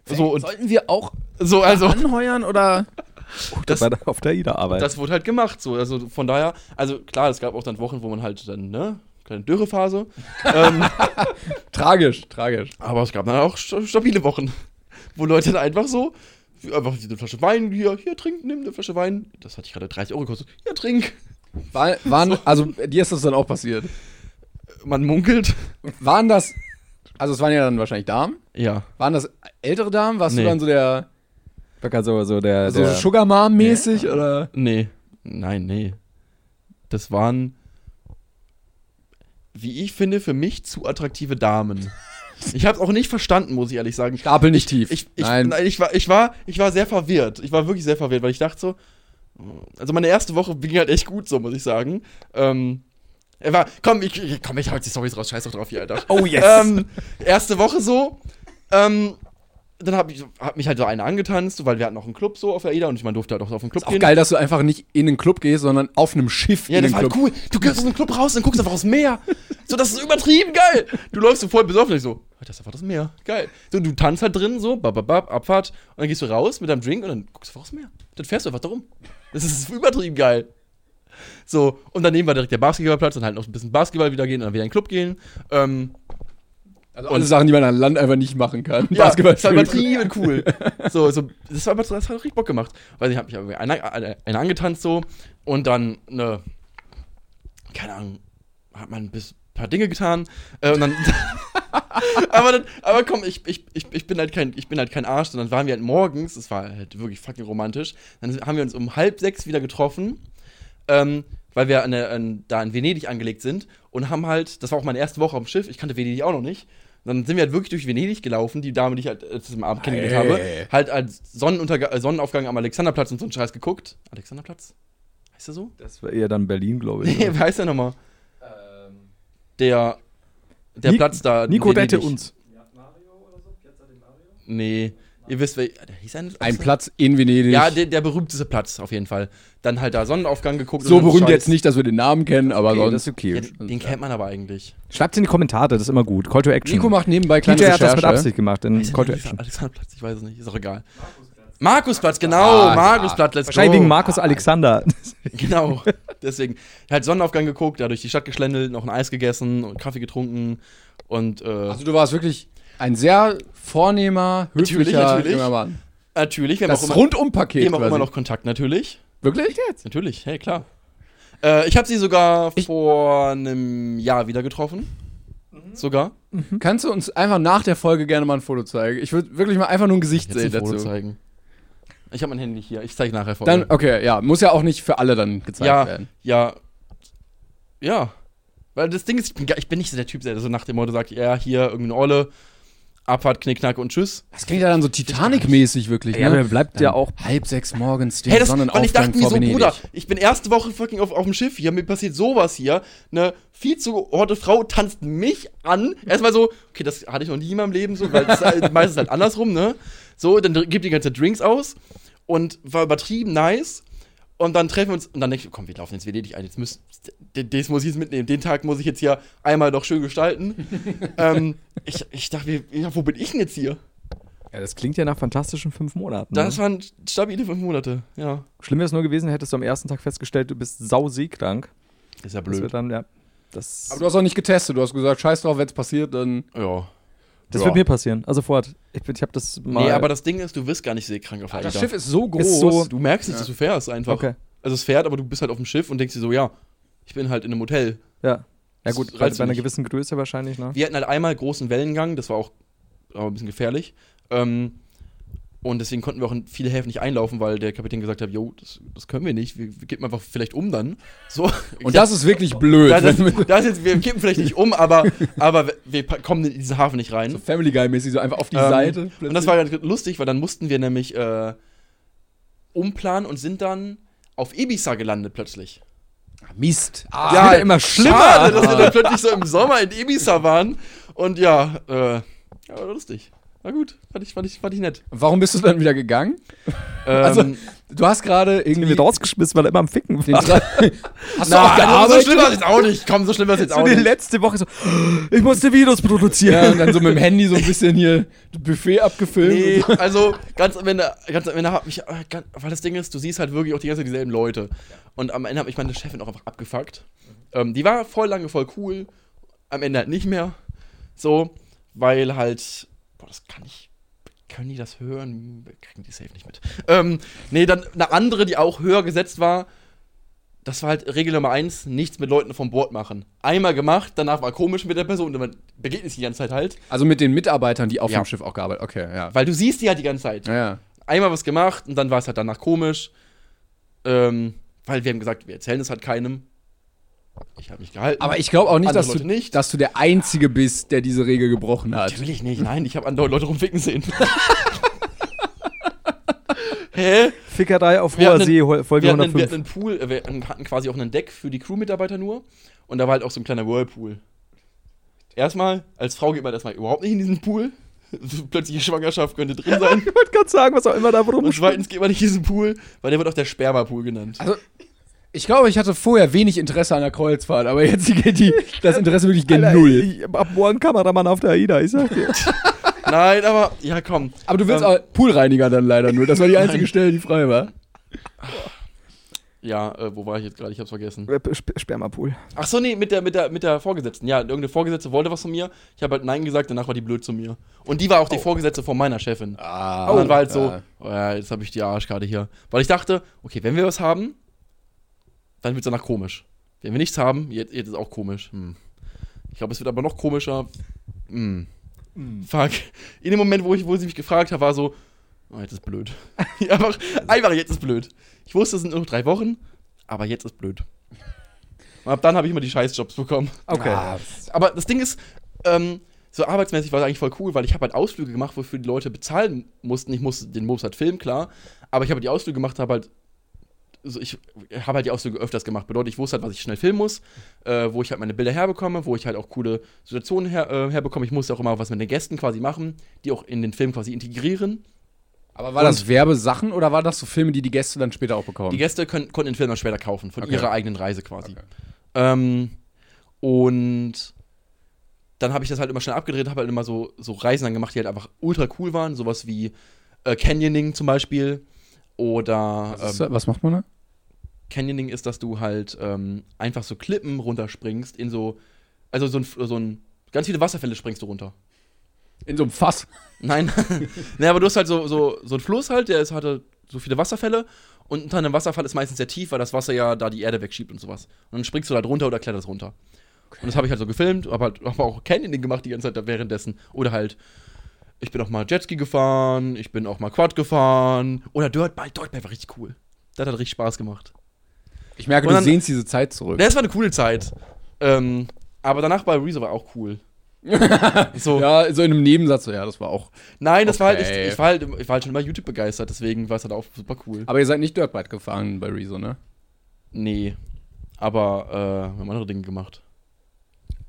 S3: So, und,
S2: Sollten wir auch
S3: so, also.
S2: anheuern oder?
S3: das-
S4: bei der, auf der AIDA arbeiten.
S3: Das wurde halt gemacht, so. Also von daher, also klar, es gab auch dann Wochen, wo man halt dann, ne, kleine Dürrephase. ähm,
S2: Tragisch, tragisch.
S3: aber es gab dann auch st- stabile Wochen, wo Leute dann einfach so, einfach eine Flasche Wein hier, hier trink, nimm eine Flasche Wein. Das hatte ich gerade 30 Euro gekostet. Ja, trink.
S2: War, waren, Also dir ist das dann auch passiert.
S3: Man munkelt.
S2: Waren das, also es waren ja dann wahrscheinlich Damen.
S3: Ja.
S2: Waren das ältere Damen? Warst
S3: Nee.
S2: du dann so der,
S4: war so, so der,
S2: Also so
S4: der
S2: Sugar Mom mäßig oder?
S3: Nee. Nein, nee. Das waren, wie ich finde, für mich zu attraktive Damen. Ich habe es auch nicht verstanden, muss ich ehrlich sagen.
S2: Stapel nicht tief.
S3: Ich, ich,
S2: Nein.
S3: nein. ich, war, ich, war, ich war sehr verwirrt. Ich war wirklich sehr verwirrt, weil ich dachte so, also meine erste Woche ging halt echt gut so, muss ich sagen. Ähm, er war, komm, ich, ich- komm, ich hau jetzt die Storys raus, scheiß doch drauf hier, Alter.
S4: Oh, yes.
S3: Ähm, erste Woche so, ähm, dann hab, ich, hab mich halt so eine angetanzt, weil wir hatten auch einen Club so auf der Ida und ich man durfte halt auch so auf den Club
S2: auch
S3: gehen.
S2: geil, dass du einfach nicht in den Club gehst, sondern auf einem Schiff
S3: Ja,
S2: in
S3: das
S2: den
S3: war halt
S2: Club.
S3: cool. Du gehst aus dem Club raus und guckst einfach aufs Meer. So, das ist übertrieben geil. Du läufst so voll besoffen. Ich so, das ist einfach das Meer. Geil. So, du tanzt halt drin, so, bababab, Abfahrt. Und dann gehst du raus mit deinem Drink und dann guckst du einfach aufs Meer. Dann fährst du einfach darum. Das ist übertrieben geil. So, und daneben war direkt der Basketballplatz. Dann halt noch ein bisschen Basketball wieder gehen und dann wieder in den Club gehen. Ähm,
S2: Also alle Sachen, die man an Land einfach nicht machen kann. Basketball
S3: das war
S2: spielen.
S3: übertrieben cool. So, so, das, war, das hat richtig Bock gemacht. Weil ich habe mich irgendwie einer, einer, einer angetanzt so und dann, ne, keine Ahnung, hat man ein bis- paar Dinge getan äh, und dann. aber, dann, aber komm, ich, ich, ich, ich, bin halt kein, ich bin halt kein Arsch, sondern waren wir halt morgens, es war halt wirklich fucking romantisch, dann haben wir uns um halb sechs wieder getroffen, ähm, weil wir an der, an, da in Venedig angelegt sind und haben halt, das war auch meine erste Woche auf dem Schiff, ich kannte Venedig auch noch nicht. Und Dann sind wir halt wirklich durch Venedig gelaufen, die Dame, die ich halt äh, zu diesem Abend kennengelernt
S2: Hey.
S3: habe, halt als Sonnenunterga äh, Sonnenaufgang am Alexanderplatz und so einen Scheiß geguckt. Alexanderplatz? Heißt er so?
S4: das war eher dann Berlin, glaube ich.
S3: Nee, wie heißt der nochmal? Der, der
S4: Ni-
S3: Platz da. in
S4: Nico rette
S3: Venedig.
S4: uns.
S3: Nee, ihr wisst, wer. Der hieß ein,
S2: Ein Platz in Venedig.
S3: Ja, der, der berühmteste Platz auf jeden Fall. Dann halt da Sonnenaufgang geguckt.
S2: so
S3: und so
S2: berühmt
S3: Scheiß.
S2: jetzt nicht, dass wir den Namen kennen, aber
S4: Okay, das
S2: sonst.
S4: ist okay.
S3: Ja, den kennt man aber eigentlich.
S4: Schreibt in die Kommentare, das ist immer gut. Call to Action.
S2: Nico macht nebenbei kleine
S4: DJ hat das mit
S2: Recherche.
S4: Absicht gemacht in
S3: Ist
S4: Call to
S3: der
S4: Action.
S3: Alexanderplatz, ich weiß es nicht, ist auch egal. Markusplatz, genau,
S2: Ah,
S3: Markusplatz, let's
S4: Wahrscheinlich
S3: go.
S4: wegen Markus Alexander.
S3: Genau, deswegen. Halt Sonnenaufgang geguckt, da durch die Stadt geschlendelt, noch ein Eis gegessen und Kaffee getrunken und äh,
S2: Also du warst wirklich ein sehr vornehmer, höflicher
S3: Natürlich, natürlich.
S2: junger Mann.
S3: natürlich, wir haben
S2: Das
S3: auch immer,
S2: Rundumpaket
S3: wir haben auch immer
S2: quasi.
S3: noch Kontakt, natürlich.
S2: Wirklich? Jetzt?
S3: Natürlich, hey, klar. Äh, ich habe sie sogar vor einem Jahr wieder getroffen. Sogar.
S2: Kannst du uns einfach nach der Folge gerne mal ein Foto zeigen? Ich würde wirklich mal einfach nur ein Gesicht
S3: Jetzt
S2: sehen
S3: ein Foto
S2: dazu.
S3: zeigen. Ich habe mein Handy hier. Ich zeige nachher vor.
S2: Dann, okay, ja, muss ja auch nicht für alle dann gezeigt
S3: äh, ja,
S2: werden.
S3: ja, ja. Weil das Ding ist, ich bin, gar- ich bin nicht so der Typ, der so nach dem Motto sagt, ja, hier irgendeine Olle, Abfahrt, Knickknack und Tschüss.
S2: Das klingt ja dann so Titanic-mäßig wirklich.
S4: Ja,
S2: ne?
S4: aber er bleibt
S2: Dann
S4: ja auch-
S2: Halb sechs morgens, den
S3: Hey, das, weil
S2: Sonnenaufgang
S3: ich dachte mir
S2: vor
S3: so,
S2: Venedig.
S3: Bruder, ich bin erste Woche fucking auf, auf dem Schiff hier, mir passiert sowas hier. Eine viel zu horte Frau tanzt mich an. Erstmal so, okay, das hatte ich noch nie in meinem Leben so, weil das ist halt meistens halt andersrum, ne? So, dann dr- gibt die ganze Zeit Drinks aus und war übertrieben nice. Und dann treffen wir uns und dann denke ich, komm, wir laufen jetzt Venedig ein. Jetzt müssen, d- das muss ich jetzt mitnehmen. Den Tag muss ich jetzt hier einmal doch schön gestalten. ähm, ich, ich dachte, mir, ja, wo bin ich denn jetzt hier?
S4: Ja, das klingt ja nach fantastischen fünf Monaten.
S3: Das
S4: ne?
S3: waren stabile fünf Monate, ja.
S4: Schlimm wäre es nur gewesen, hättest du am ersten Tag festgestellt, du bist sauseekrank.
S3: Ist ja
S4: Das wird dann, ja. Das,
S2: Aber du hast auch nicht getestet. Du hast gesagt, scheiß drauf, wenn es passiert, dann.
S3: Ja.
S4: das
S3: ja.
S4: wird mir passieren. Also fort. Ich, bin- ich habe das mal.
S3: Nee, aber das Ding ist, du wirst gar nicht seekrank auf AIDA.
S2: Ah, Das Schiff ist so groß.
S4: Ist so-
S3: Du merkst nicht, dass du fährst einfach.
S4: Okay.
S3: Also es fährt, aber du bist halt auf dem Schiff und denkst dir so, ja, ich bin halt in einem Hotel.
S4: ja. Ja
S3: Das
S4: gut,
S3: reizt
S4: bei
S3: mich
S4: bei einer
S3: nicht.
S4: gewissen Größe wahrscheinlich, ne?
S3: Wir hatten halt einmal großen Wellengang, das war auch aber ein bisschen gefährlich. Ähm, und deswegen konnten wir auch in viele Häfen nicht einlaufen, weil der Kapitän gesagt hat, jo, das, das können wir nicht, wir, wir kippen einfach vielleicht um dann. So.
S2: Und das ist wirklich blöd.
S3: das, das,
S2: wenn du-
S3: das jetzt, wir kippen vielleicht nicht um, aber, aber wir pa- kommen in diesen Hafen nicht rein.
S2: so Family Guy-mäßig, so einfach auf die
S3: Ähm,
S2: Seite.
S3: Und das war ganz lustig, weil dann mussten wir nämlich äh, umplanen und sind dann auf Ibiza gelandet plötzlich.
S2: plötzlich. Mist. Ah,
S4: wird ja immer schlimmer.
S3: Schade, dass wir dann plötzlich so im Sommer in Ibiza waren. Und ja, äh, ja, war lustig. War gut, fand ich, fand ich, fand ich nett.
S2: Warum bist du dann wieder gegangen?
S3: Ähm,
S2: Also, du hast gerade
S4: Irgendwie
S2: irgendwie.
S4: rausgeschmissen, weil er immer am Ficken
S2: den
S4: war.
S2: Tra- hast du auch
S3: na, so
S2: gearbeitet?
S3: schlimm war es jetzt auch nicht. Komm, so schlimm war es jetzt
S4: So
S3: auch
S4: die
S3: nicht.
S4: letzte Woche so, ich musste Videos
S2: Ja,
S4: produzieren.
S2: und dann so mit dem Handy so ein bisschen hier das Buffet abgefilmt.
S3: Nee, also ganz am Ende, ganz am Ende hat mich, äh, ganz, weil das Ding ist, du siehst halt wirklich auch die ganze Zeit dieselben Leute. Und am Ende hat mich meine Chefin auch einfach abgefuckt. Ähm, die war voll lange voll cool, am Ende halt nicht mehr. So, weil halt, boah, das kann ich, können die das hören? Wir Kriegen die safe nicht mit. Ähm, nee, dann eine andere, die auch höher gesetzt war. Das war halt Regel Nummer eins, nichts mit Leuten vom Bord machen. Einmal gemacht, danach war komisch mit der Person, man begegnet sich die ganze Zeit halt.
S2: Also mit den Mitarbeitern, die auf
S3: Ja.
S2: dem Schiff auch gearbeitet Okay, ja.
S3: Weil du siehst die halt die ganze Zeit.
S2: ja, ja.
S3: einmal was gemacht und dann war es halt danach komisch. Ähm, weil wir haben gesagt, wir erzählen es halt keinem. Ich habe mich gehalten.
S2: Aber ich glaube auch nicht
S3: Andere
S2: dass, du,
S3: Leute nicht.
S2: dass du der Einzige bist, der diese Regel gebrochen hat.
S3: Natürlich nicht, nein, ich habe andere Leute rumficken sehen. Hä?
S4: Fickerei auf
S3: Wir
S4: hoher
S3: hatten-
S4: See, Hol- Folge
S3: Wir hatten, einen, wir
S4: 105.
S3: hatten einen Pool, äh, wir hatten hatten quasi auch einen Deck für die Crewmitarbeiter nur. Und da war halt auch so ein kleiner Whirlpool. Erstmal, als Frau geht man erstmal überhaupt nicht in diesen Pool. Plötzliche Schwangerschaft könnte drin sein.
S4: Ich wollte gerade sagen, was auch immer da
S3: Und
S4: rumschwimmt.
S3: zweitens geht man nicht in diesen Pool, weil der wird auch der Sperma-Pool genannt.
S2: Also, ich glaube, ich hatte vorher wenig Interesse an der Kreuzfahrt, aber jetzt geht die, das Interesse wirklich gen
S4: Alter,
S2: Null.
S4: Ich, ab morgen Kameramann auf der AIDA, ich sag dir.
S3: Nein, aber, ja komm.
S2: Aber du willst
S3: Ähm,
S2: auch Poolreiniger dann leider nur. Das war die einzige
S3: Nein.
S2: Stelle, die frei war.
S3: Ja, äh, wo war ich jetzt gerade? Ich hab's vergessen.
S4: Äh, Sp Spermapool.
S3: Ach so, nee, mit der, mit der, mit der Vorgesetzten. Ja, irgendeine Vorgesetzte wollte was von mir. Ich habe halt Nein gesagt, danach war die blöd zu mir. Und die war auch die Vorgesetzte von meiner Chefin.
S2: Ah,
S3: Und dann war halt so, oh, ja, jetzt habe ich die Arschkarte hier. Weil ich dachte, okay, wenn wir was haben, dann wird's danach komisch. Wenn wir nichts haben, jetzt, jetzt ist auch komisch. Hm. Ich glaube, es wird aber noch komischer. Hm. Fuck. In dem Moment, wo, ich, wo sie mich gefragt hat, war so, oh, jetzt ist blöd. einfach, einfach, jetzt ist blöd. Ich wusste, es sind nur noch drei Wochen, aber jetzt ist blöd. Und ab dann habe ich immer die Scheißjobs bekommen.
S4: Okay.
S2: Ah,
S3: Aber das Ding ist, ähm, so arbeitsmäßig war es eigentlich voll cool, weil ich habe halt Ausflüge gemacht, wofür die Leute bezahlen mussten. Ich musste den Mops halt filmen, klar. Aber ich habe die Ausflüge gemacht, habe halt. So, ich habe halt die Ausflüge öfters gemacht. Bedeutet, ich wusste halt, was ich schnell filmen muss, äh, wo ich halt meine Bilder herbekomme, wo ich halt auch coole Situationen her, äh, herbekomme. Ich musste auch immer was mit den Gästen quasi machen, die auch in den Film quasi integrieren.
S2: aber war das Werbesachen oder war das so Filme, die die Gäste dann später auch bekommen?
S3: Die Gäste können, konnten den Film dann später kaufen, von
S2: Okay.
S3: ihrer eigenen Reise quasi.
S2: Okay.
S3: Ähm, und dann habe ich das halt immer schnell abgedreht, habe halt immer so, so Reisen dann gemacht, die halt einfach ultra cool waren. Sowas wie äh, Canyoning zum Beispiel. Oder
S2: was, ist,
S3: ähm,
S2: da- was macht man da?
S3: Canyoning ist, dass du halt ähm, einfach so Klippen runterspringst in so, also so ein, so ein, ganz viele Wasserfälle springst du runter.
S2: In so einem Fass.
S3: Nein, nee, aber du hast halt so, so, so einen Fluss halt, der ist, hatte so viele Wasserfälle und unter einem Wasserfall ist meistens sehr tief, weil das Wasser ja da die Erde wegschiebt und sowas. Und dann springst du da drunter oder kletterst runter. Und das habe ich halt so gefilmt, aber halt, hab auch Canyoning gemacht die ganze Zeit da währenddessen. Oder halt, ich bin auch mal Jetski gefahren, ich bin auch mal Quad gefahren oder Dirtbike. Dirtbike war richtig cool. Das hat richtig Spaß gemacht.
S2: Ich merke,
S3: Und
S2: du
S3: dann-
S2: sehnst diese Zeit zurück.
S3: Nee, das war eine coole Zeit. Ähm, aber danach bei Rezo war auch cool. so.
S2: Ja, so in einem Nebensatz, so, ja, das war auch.
S3: Nein, das war halt,
S2: Okay.
S3: ich, ich, war halt, ich war halt schon immer YouTube begeistert, deswegen war es halt auch super cool.
S2: Aber ihr seid nicht Dirtbike gefahren bei Rezo, ne?
S3: Nee. Aber äh, wir haben andere Dinge gemacht.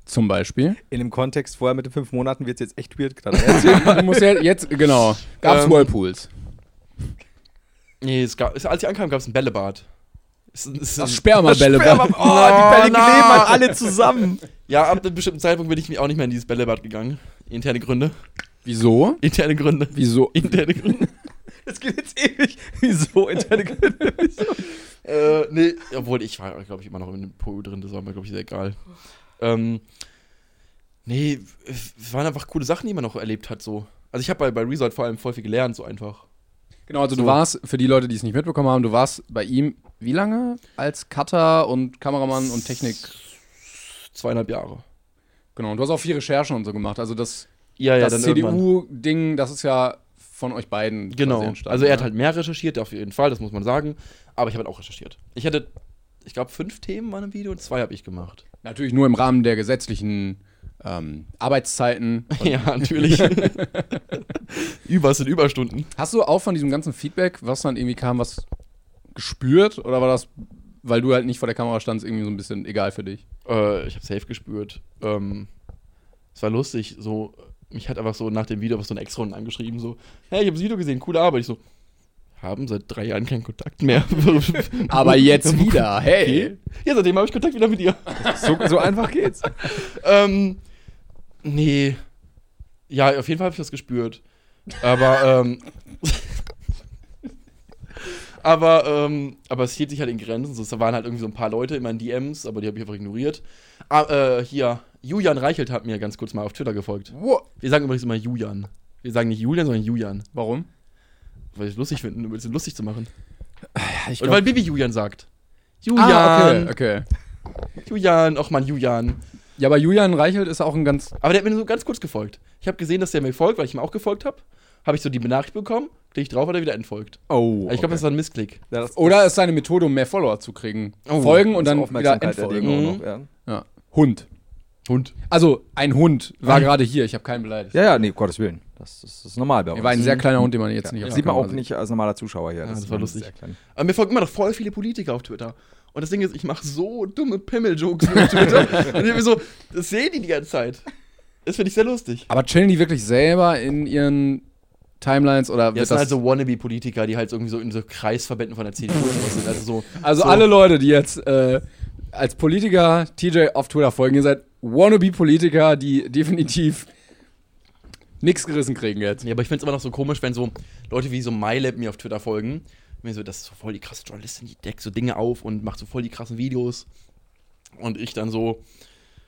S2: Zum Beispiel.
S4: In dem Kontext vorher mit den fünf Monaten wird es jetzt echt weird gerade.
S2: du musst ja jetzt, genau. Gab's
S3: Ähm,
S2: Whirlpools.
S3: Nee, es gab, es, als ich ankam, gab es ein Bällebad. Es, es,
S2: Das Spermabälle.
S4: Sperma- oh, die Bälle kleben
S3: na.
S4: an alle zusammen.
S3: ja, ab einem bestimmten Zeitpunkt bin ich mir auch nicht mehr in dieses Bällebad gegangen. Interne Gründe.
S2: Wieso?
S3: Interne Gründe.
S2: Wieso?
S3: Interne Gründe.
S4: Es geht jetzt ewig. Wieso? Interne Gründe.
S3: äh, nee, obwohl ich war, glaube ich, immer noch in dem Po drin, das war mir, glaube ich, sehr egal. Ähm, nee, es waren einfach coole Sachen, die man noch erlebt hat, so. Also ich habe bei, bei Resort vor allem voll viel gelernt, so einfach.
S2: Genau, also du
S3: So.
S2: warst, für die Leute, die es nicht mitbekommen haben, du warst bei ihm wie lange? Als Cutter und Kameramann und Technik.
S3: Zweieinhalb Jahre.
S2: Genau, und du hast auch viel Recherchen und so gemacht. Also das,
S3: Ja,
S2: das CDU-Ding, das ist ja von euch beiden quasi
S3: Genau.
S2: entstanden,
S3: Also er hat
S2: ne?
S3: halt mehr recherchiert, auf jeden Fall, das muss man sagen. Aber ich habe halt auch recherchiert. Ich hatte, ich glaube, fünf Themen in meinem Video und zwei habe ich gemacht.
S2: Natürlich nur im Rahmen der gesetzlichen ähm, Arbeitszeiten.
S3: ja, natürlich. Über sind Überstunden.
S2: Hast du auch von diesem ganzen Feedback, was dann irgendwie kam, was gespürt? Oder war das, weil du halt nicht vor der Kamera standst, irgendwie so ein bisschen egal für dich?
S3: Äh, ich habe safe gespürt. Ähm, es war lustig, so mich hat einfach so nach dem Video was so ein Ex-Runden angeschrieben, so, hey, ich habe das Video gesehen, coole Arbeit. Ich so, haben seit drei Jahren keinen Kontakt mehr.
S2: Aber jetzt wieder, hey!
S3: ja, seitdem habe ich Kontakt wieder mit ihr.
S4: So, so einfach geht's.
S3: Ähm, nee. Ja, auf jeden Fall habe ich das gespürt. Aber, ähm. aber, ähm, aber es hielt sich halt in Grenzen. So, Es waren halt irgendwie so ein paar Leute in meinen DMs, aber die habe ich einfach ignoriert. Ah, äh, hier, Julian Reichelt hat mir ganz kurz mal auf Twitter gefolgt.
S2: Wo-
S3: Wir sagen übrigens immer Julian. Wir sagen nicht Julian, sondern Julian.
S2: Warum?
S3: Weil ich es lustig finde, um ein bisschen lustig zu machen.
S2: ich
S3: Und weil Bibi Julian sagt. Julian,
S2: Ah, okay, okay.
S3: Julian, och man, Julian.
S2: Ja, aber Julian Reichelt ist auch ein ganz.
S3: Aber der hat mir nur so ganz kurz gefolgt. Ich habe gesehen, dass der mir folgt, weil ich ihm auch gefolgt habe. Habe ich so die Benachricht bekommen, klicke ich drauf, hat er wieder entfolgt.
S2: Oh.
S3: Also ich glaube, das war ein Missklick.
S2: Oder ist seine Methode, um mehr Follower zu kriegen?
S3: Oh,
S2: Folgen und dann wieder
S4: Aufmerksamkeit
S2: entfolgen.
S4: erregen
S3: Mhm.
S4: auch noch, ja.
S2: Ja. Hund.
S3: Hund.
S2: Also, ein Hund war
S3: Ein-
S2: gerade hier. Ich habe keinen beleidigt.
S4: ja, ja, nee, Gottes Willen. Das, das ist normal bei uns.
S2: Er war ein sehr kleiner Hund, den man jetzt
S4: Ja.
S2: nicht auf
S4: sieht man
S2: Kamera
S4: auch nicht als normaler Zuschauer hier.
S3: das
S4: ist
S3: war
S4: immer
S3: lustig.
S4: sehr klein.
S3: Aber mir folgen immer noch voll viele Politiker auf Twitter. Und das Ding ist, ich mache so dumme Pimmel-Jokes auf Twitter. und ich bin so, das sehen die die ganze Zeit. Das finde ich sehr lustig.
S2: Aber chillen die wirklich selber in ihren Timelines oder
S3: Ja,
S2: wird
S3: das sind halt so Wannabe-Politiker, die halt irgendwie so in so Kreisverbänden von der CDU und sowas sind. Also, so,
S2: Also
S3: so,
S2: alle Leute, die jetzt äh, als Politiker TJ auf Twitter folgen, ihr seid wannabe-Politiker, die definitiv nichts gerissen kriegen jetzt.
S3: Ja, aber ich finde es immer noch so komisch, wenn so Leute wie so MyLab mir auf Twitter folgen. Mir so, das ist so voll die krasse Journalistin, die deckt so Dinge auf und macht so voll die krassen Videos. Und ich dann so,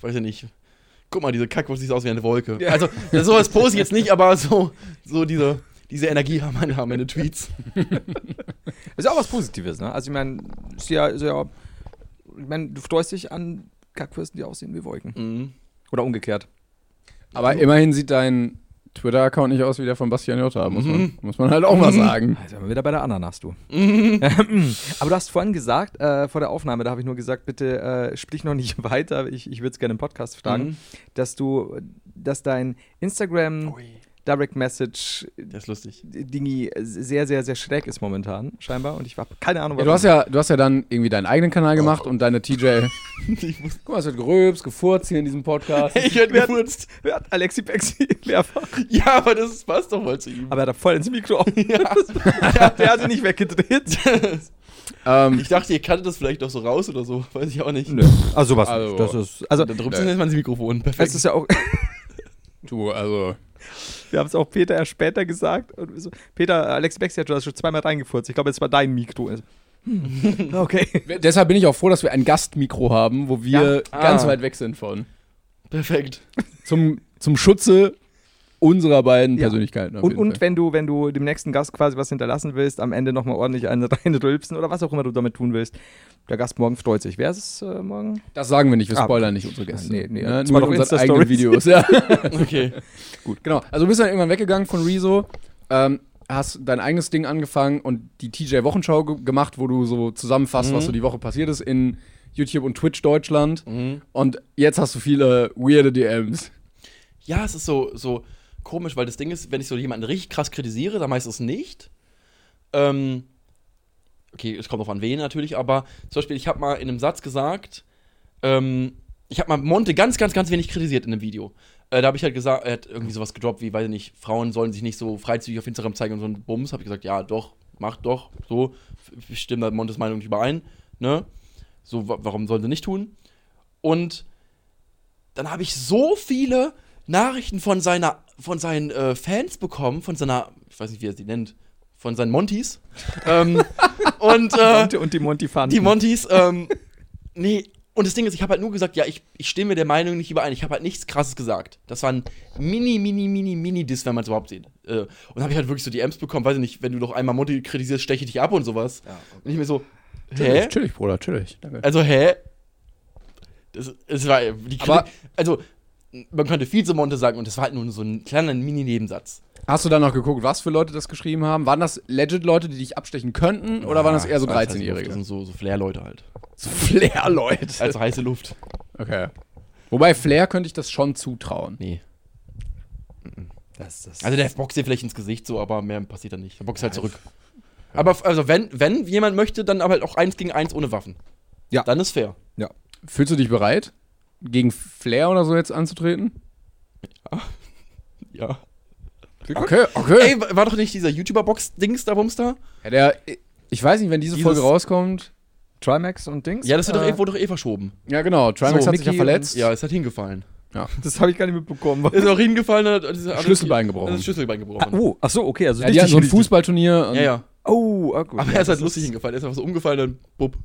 S3: weiß ich nicht, guck mal, diese Kackwurst sieht aus wie eine Wolke.
S2: Ja.
S3: Also, das, sowas pose ich jetzt nicht, aber so, so diese, diese Energie haben meine, haben meine Tweets.
S4: Ist ja auch was Positives, ne? Also ich meine, ist ja, ist ja, ich meine, du freust dich an Kackwürsten, die aussehen wie Wolken.
S3: Mhm.
S4: Oder umgekehrt.
S2: Aber immerhin sieht dein Twitter-Account nicht aus wie der von Bastian Jotta, muss,
S4: Mhm.
S2: man, muss man halt auch mal sagen.
S4: Also sind wir wieder bei der Ananas, du. Aber du hast vorhin gesagt, äh, vor der Aufnahme, da habe ich nur gesagt, bitte äh, sprich noch nicht weiter, ich, ich würde es gerne im Podcast fragen,
S3: Mhm.
S4: dass du, dass dein Instagram
S2: Oh
S4: Direct Message äh,
S3: Der ist lustig.
S4: Dingi äh, sehr, sehr, sehr schräg ist momentan, scheinbar. Und ich habe keine Ahnung,
S2: Ja, du, hast ja, du hast ja dann irgendwie deinen eigenen Kanal
S4: Oh.
S2: gemacht und deine TJ.
S3: Ich, muss-
S2: Guck mal, es wird gerülpst, gefurzt hier in diesem Podcast.
S3: ich hätte gefurzt.
S4: Wer hat Alexi Pexi mehrfach?
S3: Ja, aber das passt doch mal zu ihm.
S4: Aber er hat voll ins Mikro auf. der, der hat ihn nicht weggedreht.
S2: ähm,
S3: Ich dachte, ihr kanntet das vielleicht doch so raus oder so. Weiß ich auch nicht.
S4: Nö. Also sowas
S2: Also-
S4: nicht. Das ist, also,
S3: Da drückst du jetzt mal ins Mikrofon. Perfekt.
S4: es ist ja auch,
S2: du, also.
S4: wir haben es auch Peter erst später gesagt. Und wir so, Peter, Alex Bexi hat das schon zweimal reingefurzt. Ich glaube, jetzt war dein Mikro. Hm. Okay.
S2: Deshalb bin ich auch froh, dass wir ein Gastmikro haben, wo wir
S3: Ja.
S2: ganz
S3: Ah.
S2: weit weg sind von.
S3: Perfekt.
S2: Zum, zum Schutze unserer beiden
S4: Ja.
S2: Persönlichkeiten. auf
S4: Und,
S2: jeden
S4: und
S2: Fall.
S4: wenn du, wenn du dem nächsten Gast quasi was hinterlassen willst, am Ende nochmal ordentlich einen reinrülpsen oder was auch immer du damit tun willst, der Gast morgen freut sich. Wer ist es äh, morgen?
S2: Das sagen wir nicht, wir
S4: Ah,
S2: spoilern nicht unsere Gäste.
S4: Nee, nee,
S2: ja,
S4: das
S2: nur
S4: war
S2: in
S4: doch
S2: unseren eigenen Videos.
S4: Insta-Stories.
S2: Ja.
S3: Okay.
S2: Gut. Genau. Also du bist dann irgendwann weggegangen von Rezo, ähm, hast dein eigenes Ding angefangen und die TJ-Wochenschau ge gemacht, wo du so zusammenfasst,
S4: Mhm.
S2: was so die Woche passiert ist in YouTube und Twitch Deutschland.
S4: Mhm.
S2: Und jetzt hast du viele weirde DMs.
S3: Ja, es ist so, so komisch, weil das Ding ist, wenn ich so jemanden richtig krass kritisiere, dann meistens nicht. Ähm, okay, es kommt auch an wen natürlich, aber zum Beispiel, ich habe mal in einem Satz gesagt, ähm, ich habe mal Monte ganz, ganz, ganz wenig kritisiert in einem Video. Äh, da habe ich halt gesagt, er hat irgendwie sowas gedroppt wie, weiß ich nicht, Frauen sollen sich nicht so freizügig auf Instagram zeigen und so ein Bums. Habe ich gesagt, ja, doch, macht doch, so, ich stimme da Montes Meinung nicht überein, ne? So, wa warum sollen sie nicht tun? Und dann habe ich so viele Nachrichten von seiner, von seinen äh, Fans bekommen, von seiner, ich weiß nicht, wie er sie nennt, von seinen Montys. ähm, und äh,
S4: und die Monty Fun.
S3: die Montys, ähm, nee, und das Ding ist, ich habe halt nur gesagt, ja, ich, ich stehe mit der Meinung nicht überein. Ich habe halt nichts krasses gesagt. Das war ein mini, mini, mini, mini Diss, wenn man es überhaupt sieht. Äh, und da habe ich halt wirklich so DMs bekommen, weiß ich nicht, wenn du doch einmal Monty kritisierst, steche ich dich ab und sowas. Und ich mir so, hä?
S2: Natürlich, Bruder, natürlich. Danke.
S3: Also, hä? Das, es war äh, die Kritik,
S2: Aber-
S3: also man könnte Vizemonte sagen und das war halt nur so ein kleiner Mini-Nebensatz.
S2: Hast du dann noch geguckt, was für Leute das geschrieben haben? Waren das legit Leute, die dich abstechen könnten? Oder waren das eher so
S3: heißt, Das
S2: 13-Jährige?
S3: sind so, so Flair-Leute halt.
S2: So Flair-Leute.
S3: Also heiße Luft.
S2: okay. Wobei Flair könnte ich das schon zutrauen.
S3: Nee.
S4: Das, das,
S3: Also der boxt dir vielleicht ins Gesicht so, aber mehr passiert dann nicht. Der boxt halt zurück. Aber f- also wenn, wenn jemand möchte, dann aber halt auch eins gegen eins ohne Waffen.
S4: Ja.
S3: Dann ist fair.
S4: ja.
S2: Fühlst du dich bereit, gegen Flair oder so jetzt anzutreten?
S3: Ja.
S2: Okay, okay.
S3: Ey, wa- war doch nicht dieser YouTuber-Box-Dings da, Bums da?
S2: Ja, der, ich weiß nicht, wenn diese
S3: Dieses-
S2: Folge rauskommt.
S4: Trimax und Dings?
S3: Ja, das wird doch
S4: Äh,
S3: eh, wurde doch eh verschoben.
S2: Ja, genau. Trimax
S4: So,
S2: hat sich ja
S4: Mickey und-
S2: verletzt.
S3: Ja, ist halt hingefallen.
S4: Das habe ich gar nicht mitbekommen.
S3: Ist auch hingefallen, hat hat diese
S2: Schlüsselbein gebrochen.
S3: hat Das Schlüsselbein
S4: Ah,
S3: gebrochen.
S4: oh, ach so, okay. Also
S2: Ja, die hatten so ein
S4: richtig-
S2: Fußballturnier. und-
S3: ja, ja.
S4: Oh, ah, gut.
S3: Aber
S4: Ja,
S3: er ist halt
S4: das
S3: lustig hingefallen. Er ist einfach so umgefallen, dann bupp.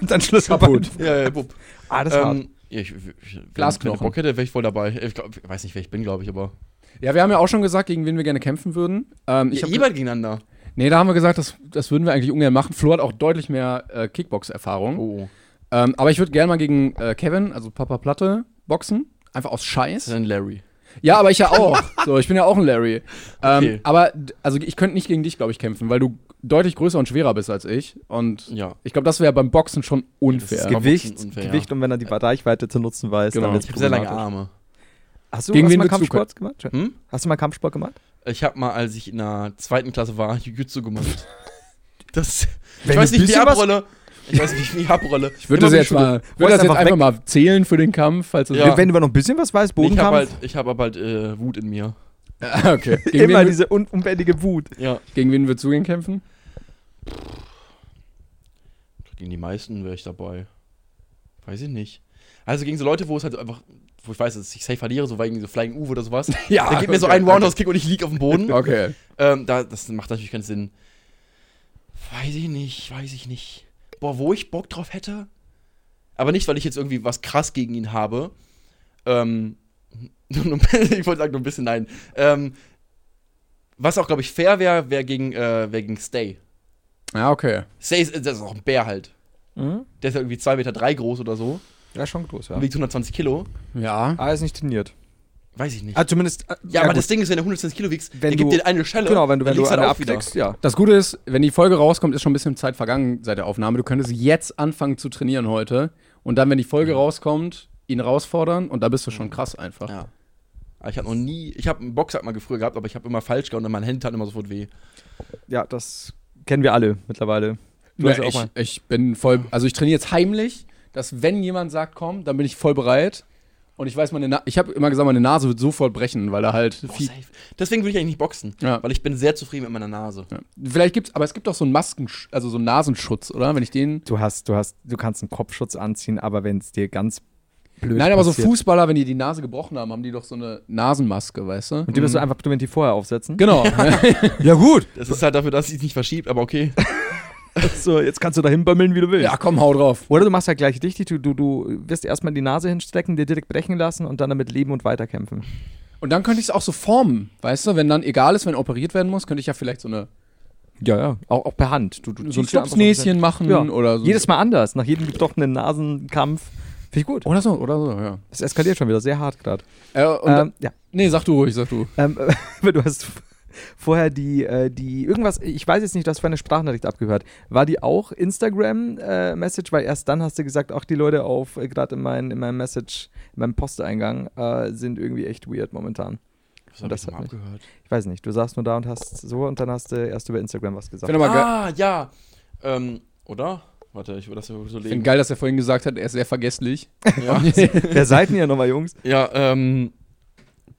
S4: Dann Schlüssel
S2: Kaputt.
S3: Ja, ja, bupp.
S4: Ah, das war.
S3: Ähm, ja, ich, ich, ich,
S2: Glasknochen.
S3: Wenn ich Bock hätte, wäre ich voll dabei. Ich, glaub, ich weiß nicht, wer ich bin, glaube ich, aber.
S2: Ja, wir haben ja auch schon gesagt, gegen wen wir gerne kämpfen würden. Ähm, ich
S3: Ich
S2: hab
S3: habe jemand gegeneinander.
S2: Nee, da haben wir gesagt, das, das würden wir eigentlich ungern machen. Flo hat auch deutlich mehr äh, Kickbox-Erfahrung.
S3: Oh.
S2: Ähm, aber ich würde gerne mal gegen äh, Kevin, also Papa Platte, boxen. Einfach aus
S3: Das
S2: Scheiß.
S3: ist ein Larry.
S2: Ja, aber ich ja auch. So, ich bin ja auch ein Larry. Ähm,
S3: Okay.
S2: Aber, d- also ich könnte nicht gegen dich, glaube ich, kämpfen, weil du deutlich größer und schwerer bist als ich. Und
S3: Ja.
S2: ich glaube, das wäre beim Boxen schon unfair.
S3: ist
S2: Gegen
S3: genau-
S4: Gewicht,
S3: unfair, ja.
S4: Gewicht und wenn er die Reichweite zu nutzen weiß,
S2: Genau.
S4: dann wird's
S3: Ich habe sehr lange
S4: problematisch.
S3: Arme.
S4: Hast du,
S2: Gegen
S4: hast
S2: wen
S4: du mal
S2: willst du
S4: Kampfsport gemacht?
S3: Hm?
S4: Hast du mal Kampfsport gemacht?
S3: Ich habe mal, als ich in der zweiten Klasse war, Jiu-Jitsu gemacht. Das.
S4: Wenn
S3: ich weiß
S4: du
S3: nicht, wie ich
S4: bisschen was-
S3: abrolle. Ich weiß nicht, wie ich abrolle.
S2: ich würde das jetzt
S4: Schule.
S2: mal,
S4: genau Du
S2: würde das
S4: wolltest
S2: jetzt
S4: einfach
S2: einfach mal zählen für den Kampf, falls das
S3: Ja.
S4: Wenn du aber noch ein bisschen was weißt,
S3: Ich habe
S4: Bodenkampf,
S3: halt, ich hab aber halt äh, Wut in mir.
S2: Ah, okay. Gegen,
S4: immer
S2: wen, wür-
S4: diese un unbändige Wut.
S3: Ja.
S2: gegen wen würdest du gehen kämpfen?
S3: Gegen die meisten wäre ich dabei. Weiß ich nicht. Also gegen so Leute, wo es halt einfach, wo ich weiß, dass ich safe verliere, so wegen so Flying Uwe oder sowas.
S2: Ja,
S3: Da gibt mir so
S2: okay,
S3: einen Roundhouse-Kick und ich lieg auf dem Boden.
S2: Okay.
S3: Ähm, da, das macht natürlich keinen Sinn. Weiß ich nicht, weiß ich nicht. Boah, wo ich Bock drauf hätte. Aber nicht, weil ich jetzt irgendwie was krass gegen ihn habe. Ähm, nur, nur, ich wollte sagen, nur ein bisschen nein. Ähm, was auch, glaube ich, fair wäre, wäre gegen, äh, wär gegen Stay.
S2: Ja, okay.
S3: Stay ist, das ist auch ein Bär halt. Der ist ja irgendwie 2,3 Meter drei groß oder so.
S4: Ja, schon groß, Mhm. ja.
S3: Und wiegt 120 Kilo.
S2: Ja.
S4: Ah, er ist nicht trainiert.
S3: Weiß ich nicht.
S4: Ah, zumindest. ah,
S3: äh, ja, aber
S4: gut.
S3: das Ding ist, wenn du 120 Kilo wiegst,
S4: Wenn
S3: der gibt
S4: du-
S3: dir eine Schelle.
S4: Genau, wenn du,
S3: dann
S4: wenn du
S3: liegst halt
S4: eine
S3: auch wieder.
S4: abkriegst, ja.
S2: Das Gute ist, wenn die Folge rauskommt, ist schon ein bisschen Zeit vergangen seit der Aufnahme. Du könntest jetzt anfangen zu trainieren heute. Und dann, wenn die
S3: Mhm.
S2: Folge rauskommt, ihn herausfordern. Und da bist du schon krass einfach.
S3: Ja. Aber ich habe noch nie, ich habe einen Boxsack mal früher gehabt, aber ich habe immer falsch gehauen und meine Hände taten immer sofort weh.
S4: Ja, das kennen wir alle mittlerweile. Du hast
S2: Ja,
S4: ja
S2: ich, ich bin voll, also ich trainiere jetzt heimlich, dass wenn jemand sagt, komm, dann bin ich voll bereit. Und ich weiß, meine Na ich habe immer gesagt, meine Nase wird sofort brechen, weil da halt
S3: Boah,
S2: viel.
S3: safe. Deswegen will ich eigentlich nicht boxen,
S2: Ja.
S3: weil ich bin sehr zufrieden mit meiner Nase.
S2: Ja. Vielleicht gibt's, aber es gibt auch so einen Masken, also so einen Nasenschutz, oder? Wenn ich den.
S4: Du hast, du hast, du kannst einen Kopfschutz anziehen, aber wenn es dir ganz blöd
S2: Nein, aber so
S4: passiert-
S2: Fußballer, wenn die die Nase gebrochen haben, haben die doch so eine Nasenmaske, weißt du?
S4: Und die
S3: Mhm.
S4: wirst du einfach 20 vorher aufsetzen.
S2: Genau.
S4: Ja, gut.
S3: Das ist halt dafür, dass sie es nicht verschiebt, aber okay.
S4: So, jetzt kannst du da hinbömmeln, wie du willst.
S2: ja, komm, hau drauf.
S4: Oder du machst halt gleich richtig, du, du, du wirst erstmal die Nase hinstecken, dir direkt brechen lassen und dann damit leben und weiterkämpfen.
S2: Und dann könnte ich es auch so formen, weißt du? Wenn dann egal ist, wenn operiert werden muss, könnte ich ja vielleicht so, eine,
S4: Ja, ja. Auch, auch per Hand. Du, du
S2: so ein
S4: ziehst dir einfach
S2: Stupsnäschen machen
S4: Ja.
S2: oder so.
S4: Jedes Mal anders, nach jedem gebrochenen Nasenkampf. Finde ich gut.
S2: oder so, oder so, ja.
S4: Es eskaliert schon wieder sehr hart gerade.
S2: Äh, und
S4: Ähm, ja.
S2: nee, sag du ruhig, sag du.
S4: Ähm, aber du hast vorher die, äh, die irgendwas, ich weiß jetzt nicht, was für eine Sprachnachricht abgehört. War die auch Instagram-Message? Weil erst dann hast du gesagt, auch die Leute auf, äh, gerade in, mein, in meinem Message, in meinem Posteingang, äh, sind irgendwie echt weird momentan.
S3: Das hab
S4: Das
S3: ich noch
S4: hat
S3: mal
S4: mich-
S3: abgehört.
S4: Ich weiß nicht, du saßt nur da und hast so und dann hast du erst über Instagram was gesagt.
S2: Finde aber geil.
S3: Ah, ja. Ähm, oder? Warte, ich will das so
S2: Ich finde
S3: legen.
S2: geil, dass er vorhin gesagt hat, er ist sehr vergesslich.
S3: Ja,
S2: Genau.
S4: Wer seid denn ihr nochmal, Jungs?
S3: ja ähm,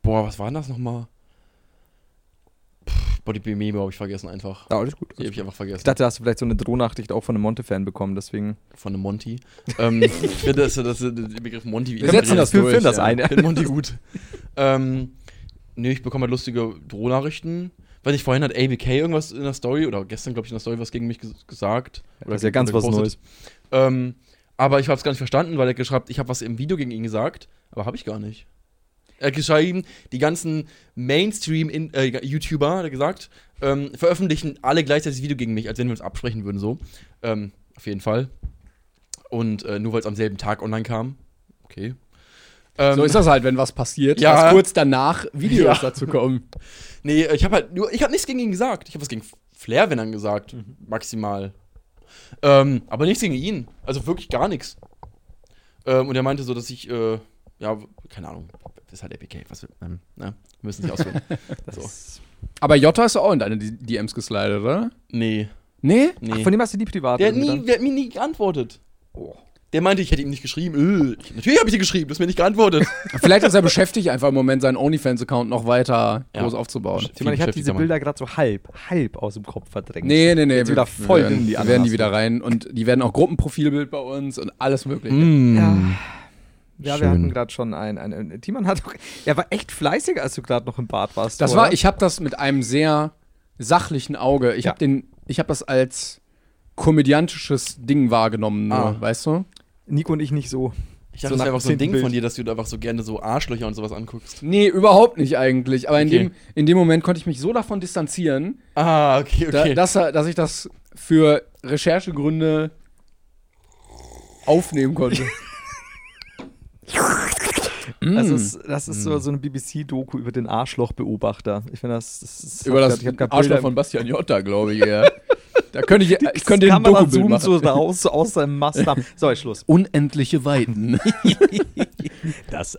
S3: boah, was war denn das nochmal? Pff, Boah, die Memo habe ich vergessen einfach.
S4: Ja, alles gut.
S3: Die habe ich einfach
S4: Ich
S3: vergessen.
S4: dachte, hast du vielleicht so eine Drohnachricht auch von einem Monte-Fan bekommen, deswegen.
S3: Von einem Monty. ähm, ich finde, dass, dass, dass den Begriff Monty.
S2: Wir setzen das
S4: Wir
S2: durch,
S4: führen das
S2: ja.
S4: ein.
S3: Ich finde Monty gut. ähm, nee, ich bekomme halt lustige Drohnachrichten. Weiß nicht, vorhin hat ABK irgendwas in der Story oder gestern, glaube ich, in der Story was gegen mich ges gesagt.
S4: Das ist ja ganz was Neues.
S3: Ähm, aber ich habe es gar nicht verstanden, weil er geschrieben ich habe was im Video gegen ihn gesagt, aber habe ich gar nicht. Er hat geschrieben, die ganzen Mainstream-YouTuber, hat er gesagt, ähm, veröffentlichen alle gleichzeitig das Video gegen mich, als wenn wir uns absprechen würden, so. Ähm, auf jeden Fall. Und äh, nur weil es am selben Tag online kam. Okay. Ähm,
S2: So ist das halt, wenn was passiert,
S3: Ja.
S2: dass kurz danach Videos
S3: Ja.
S2: dazu kommen.
S3: Nee, ich habe halt nur, ich habe nichts gegen ihn gesagt. Ich habe was gegen Flair, wenn dann gesagt, maximal. Ähm, aber nichts gegen ihn. Also wirklich gar nichts. Ähm, und er meinte so, dass ich, äh, ja, w- keine Ahnung, das ist halt APK, was wir, ähm, ne, wir müssen nicht ausführen. so.
S2: Aber Jota ist ja auch in deine D- DMs geslidet, oder?
S3: Nee,
S2: Nee?
S3: nee.
S4: Ach, von dem hast du die privat.
S3: der, hat Oh.
S4: irgendwie
S3: nie,
S4: dann?
S3: der hat mir nie geantwortet. Der meinte, ich hätte ihm nicht geschrieben. Äh, ich, natürlich habe ich dir geschrieben, du hast mir nicht geantwortet.
S2: Vielleicht ist er beschäftigt, einfach im Moment seinen OnlyFans-Account noch weiter
S3: Ja.
S2: groß aufzubauen.
S4: Ich, meine, ich habe
S3: Viel
S4: diese
S3: beschäftigter
S4: Bilder gerade so halb, halb aus dem Kopf verdrängt.
S2: Nee, nee, nee.
S4: Jetzt wieder voll
S2: wir werden,
S4: in die
S2: wir werden die
S4: Anlass.
S2: wieder rein und die werden auch Gruppenprofilbild bei uns und alles Mögliche.
S3: Mann.
S4: Ja.
S2: Hm.
S3: Mm.
S4: Ja,
S3: Schön.
S4: wir hatten gerade schon einen. einen Timon hat auch, Er war echt fleißig, als du gerade noch im Bad warst.
S2: Das
S4: oder?
S2: war, ich habe das mit einem sehr sachlichen Auge. Ich
S4: Ja.
S2: habe den, ich habe das als komödiantisches Ding wahrgenommen, nur,
S3: Ah.
S2: weißt du?
S4: Nico und ich nicht so.
S3: Ich dachte,
S4: So
S3: das
S4: nach
S3: wäre einfach so ein
S4: dem
S3: Ding
S4: Bild.
S3: von dir, dass du da einfach so gerne so Arschlöcher und sowas anguckst.
S2: Nee, überhaupt nicht eigentlich. Aber in,
S3: Okay.
S2: dem, in dem Moment konnte ich mich so davon distanzieren,
S3: Ah, okay,
S2: da, dass, er- dass ich das für Recherchegründe aufnehmen konnte. Mm.
S4: Das ist, das ist so, so eine BBC-Doku über den Arschlochbeobachter. Ich finde, das, das ist.
S2: Über
S4: hab
S2: das
S4: grad- ich hab grad
S2: Arschloch
S4: Bilder-
S2: von Bastian Jotta, glaube ich, ja. Da könnte ich, ich könnte
S4: das
S2: den
S4: Kamera
S2: Dokubild
S4: zoomt
S2: machen.
S4: so raus, so aus seinem Mast. ab. So, jetzt Schluss.
S2: Unendliche Weiten.
S4: Das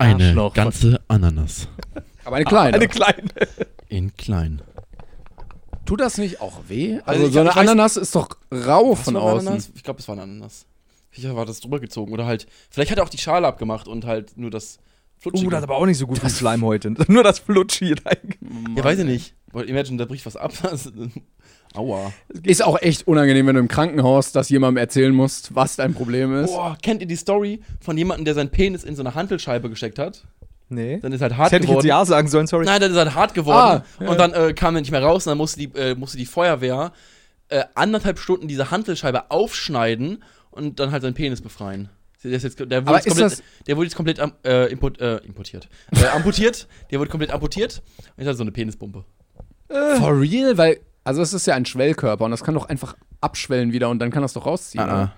S3: ganze Ananas.
S2: Aber eine kleine.
S4: Eine kleine.
S3: In klein.
S2: Tut das nicht auch weh? Also,
S3: Also ich-
S2: so eine
S3: ich weiß-
S2: Ananas ist doch rau von außen.
S3: Ananas? Ich glaube, es war ein Ananas. Sicher war das drüber gezogen. Oder halt, vielleicht hat er auch die Schale abgemacht und halt nur das Flutschige.
S4: Uh, das ist aber auch nicht so gut wie Slime heute. Nur das Flutschi rein.
S3: ja, weiß ich nicht. Weil Imagine, da bricht was ab. Das- Aua.
S2: Ist auch echt unangenehm, wenn du im Krankenhaus das jemandem erzählen musst, was dein Problem ist.
S3: Boah, kennt ihr die Story von jemandem, der seinen Penis in so eine Hantelscheibe gesteckt hat?
S4: Nee.
S3: Dann ist halt
S4: Das
S3: hart
S4: hätte ich jetzt
S3: geworden.
S4: ja sagen sollen, sorry.
S3: Nein, dann ist halt hart geworden.
S2: Ah, ja.
S3: Und dann äh, kam er nicht mehr raus und dann musste die, äh, musste die Feuerwehr äh, anderthalb Stunden diese Hantelscheibe aufschneiden und dann halt seinen Penis befreien. Der, ist jetzt, der,
S2: Aber
S3: wurde, jetzt
S2: ist
S3: komplett,
S2: das-
S3: der wurde jetzt komplett am, äh, import, äh, importiert. Äh, amputiert. Der wurde komplett amputiert und jetzt hat er so eine Penispumpe.
S2: For real? Weil, also es ist ja ein Schwellkörper und das kann doch einfach abschwellen wieder und dann kann das doch rausziehen.
S3: Ah,
S2: ne? oder?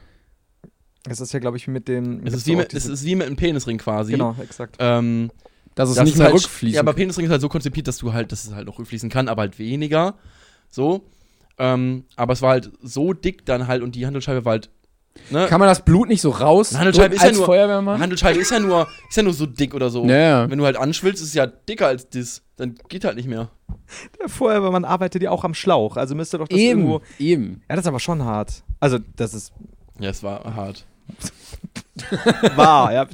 S4: Es ist ja, glaube ich, wie mit dem.
S3: Es,
S4: Ah, gibt's
S3: ist wie
S4: auch
S3: mit, es
S4: diese-
S3: ist wie mit einem Penisring quasi.
S4: Genau, exakt.
S3: Ähm,
S2: Dass es
S3: Das
S2: nicht mehr
S3: halt,
S2: rückfließen
S3: Ja, aber Penisring ist halt so konzipiert, dass du halt, dass es halt noch rückfließen kann, aber halt weniger. So. Ähm, aber es war halt so dick dann halt und die Handelscheibe war halt. Ne?
S2: Kann man das Blut nicht so raus
S3: Eine Handelscheibe ist ja
S2: als
S3: nur-
S2: Feuerwehrmann?
S3: Handelscheibe ist ja nur, ist ja nur so dick oder so.
S2: Naja.
S3: Wenn du halt anschwillst, ist es ja dicker als das. Dann geht halt nicht mehr.
S4: Ja, vorher, aber man arbeitet ja auch am Schlauch. Also müsste doch das irgendwo.
S2: Eben, eben.
S4: Ja, das ist aber schon hart. Also, das ist
S3: Ja, es war hart.
S4: wahr, ja.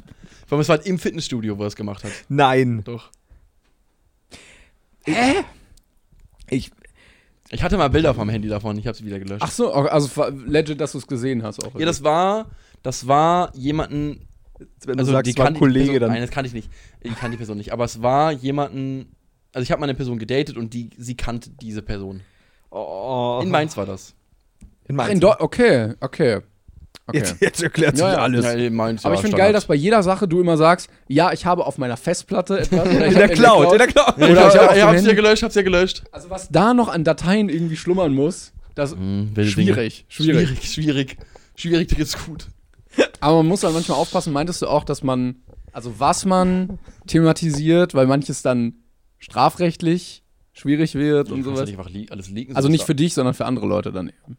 S3: Vor allem, es war halt im Fitnessstudio, wo er es gemacht hat.
S4: Nein.
S3: Doch.
S2: Hä?
S4: Ich,
S3: Ich hatte mal Bilder vom Handy davon, ich habe sie wieder gelöscht.
S2: Ach so, also legit, dass du es gesehen hast auch.
S3: ja, das war, das war jemanden.
S4: wenn du
S3: Also,
S4: sagst, es war ein Kollege,
S3: Person,
S4: dann.
S3: Nein, das kannte ich nicht. Ich kannte die Person nicht. Aber es war jemanden. Also ich habe mal eine Person gedatet und die, sie kannte diese Person.
S4: Oh.
S3: In Mainz war das.
S4: In
S2: Ach,
S4: Mainz.
S2: in Deu- okay, okay. okay.
S4: Jetzt, jetzt erklärt sich
S2: Ja, ja.
S4: alles.
S3: Ja, in Mainz
S2: Aber
S3: war
S2: ich finde
S3: Standard.
S2: geil, dass bei jeder Sache du immer sagst, ja, ich habe auf meiner Festplatte etwas. Oder ich
S4: In der
S2: habe
S4: Cloud, in der Cloud.
S3: Ja,
S2: Oder
S3: ich,
S2: ich
S3: hab-
S2: hab auf
S3: ich
S2: dem
S3: hab's ja
S2: Handy-
S3: gelöscht, hab's ja gelöscht.
S2: Also was da noch an Dateien irgendwie schlummern muss, das schwierig, schwierig.
S3: Hm, Schwierig, schwierig. Schwierig, Trick ist gut.
S2: Aber man muss dann manchmal aufpassen, meintest du auch, dass man, also was man thematisiert, weil manches dann strafrechtlich schwierig wird und sowas.
S3: Einfach lie- alles liegen
S2: Also nicht
S3: sowas
S2: für dich, sondern für andere Leute dann eben.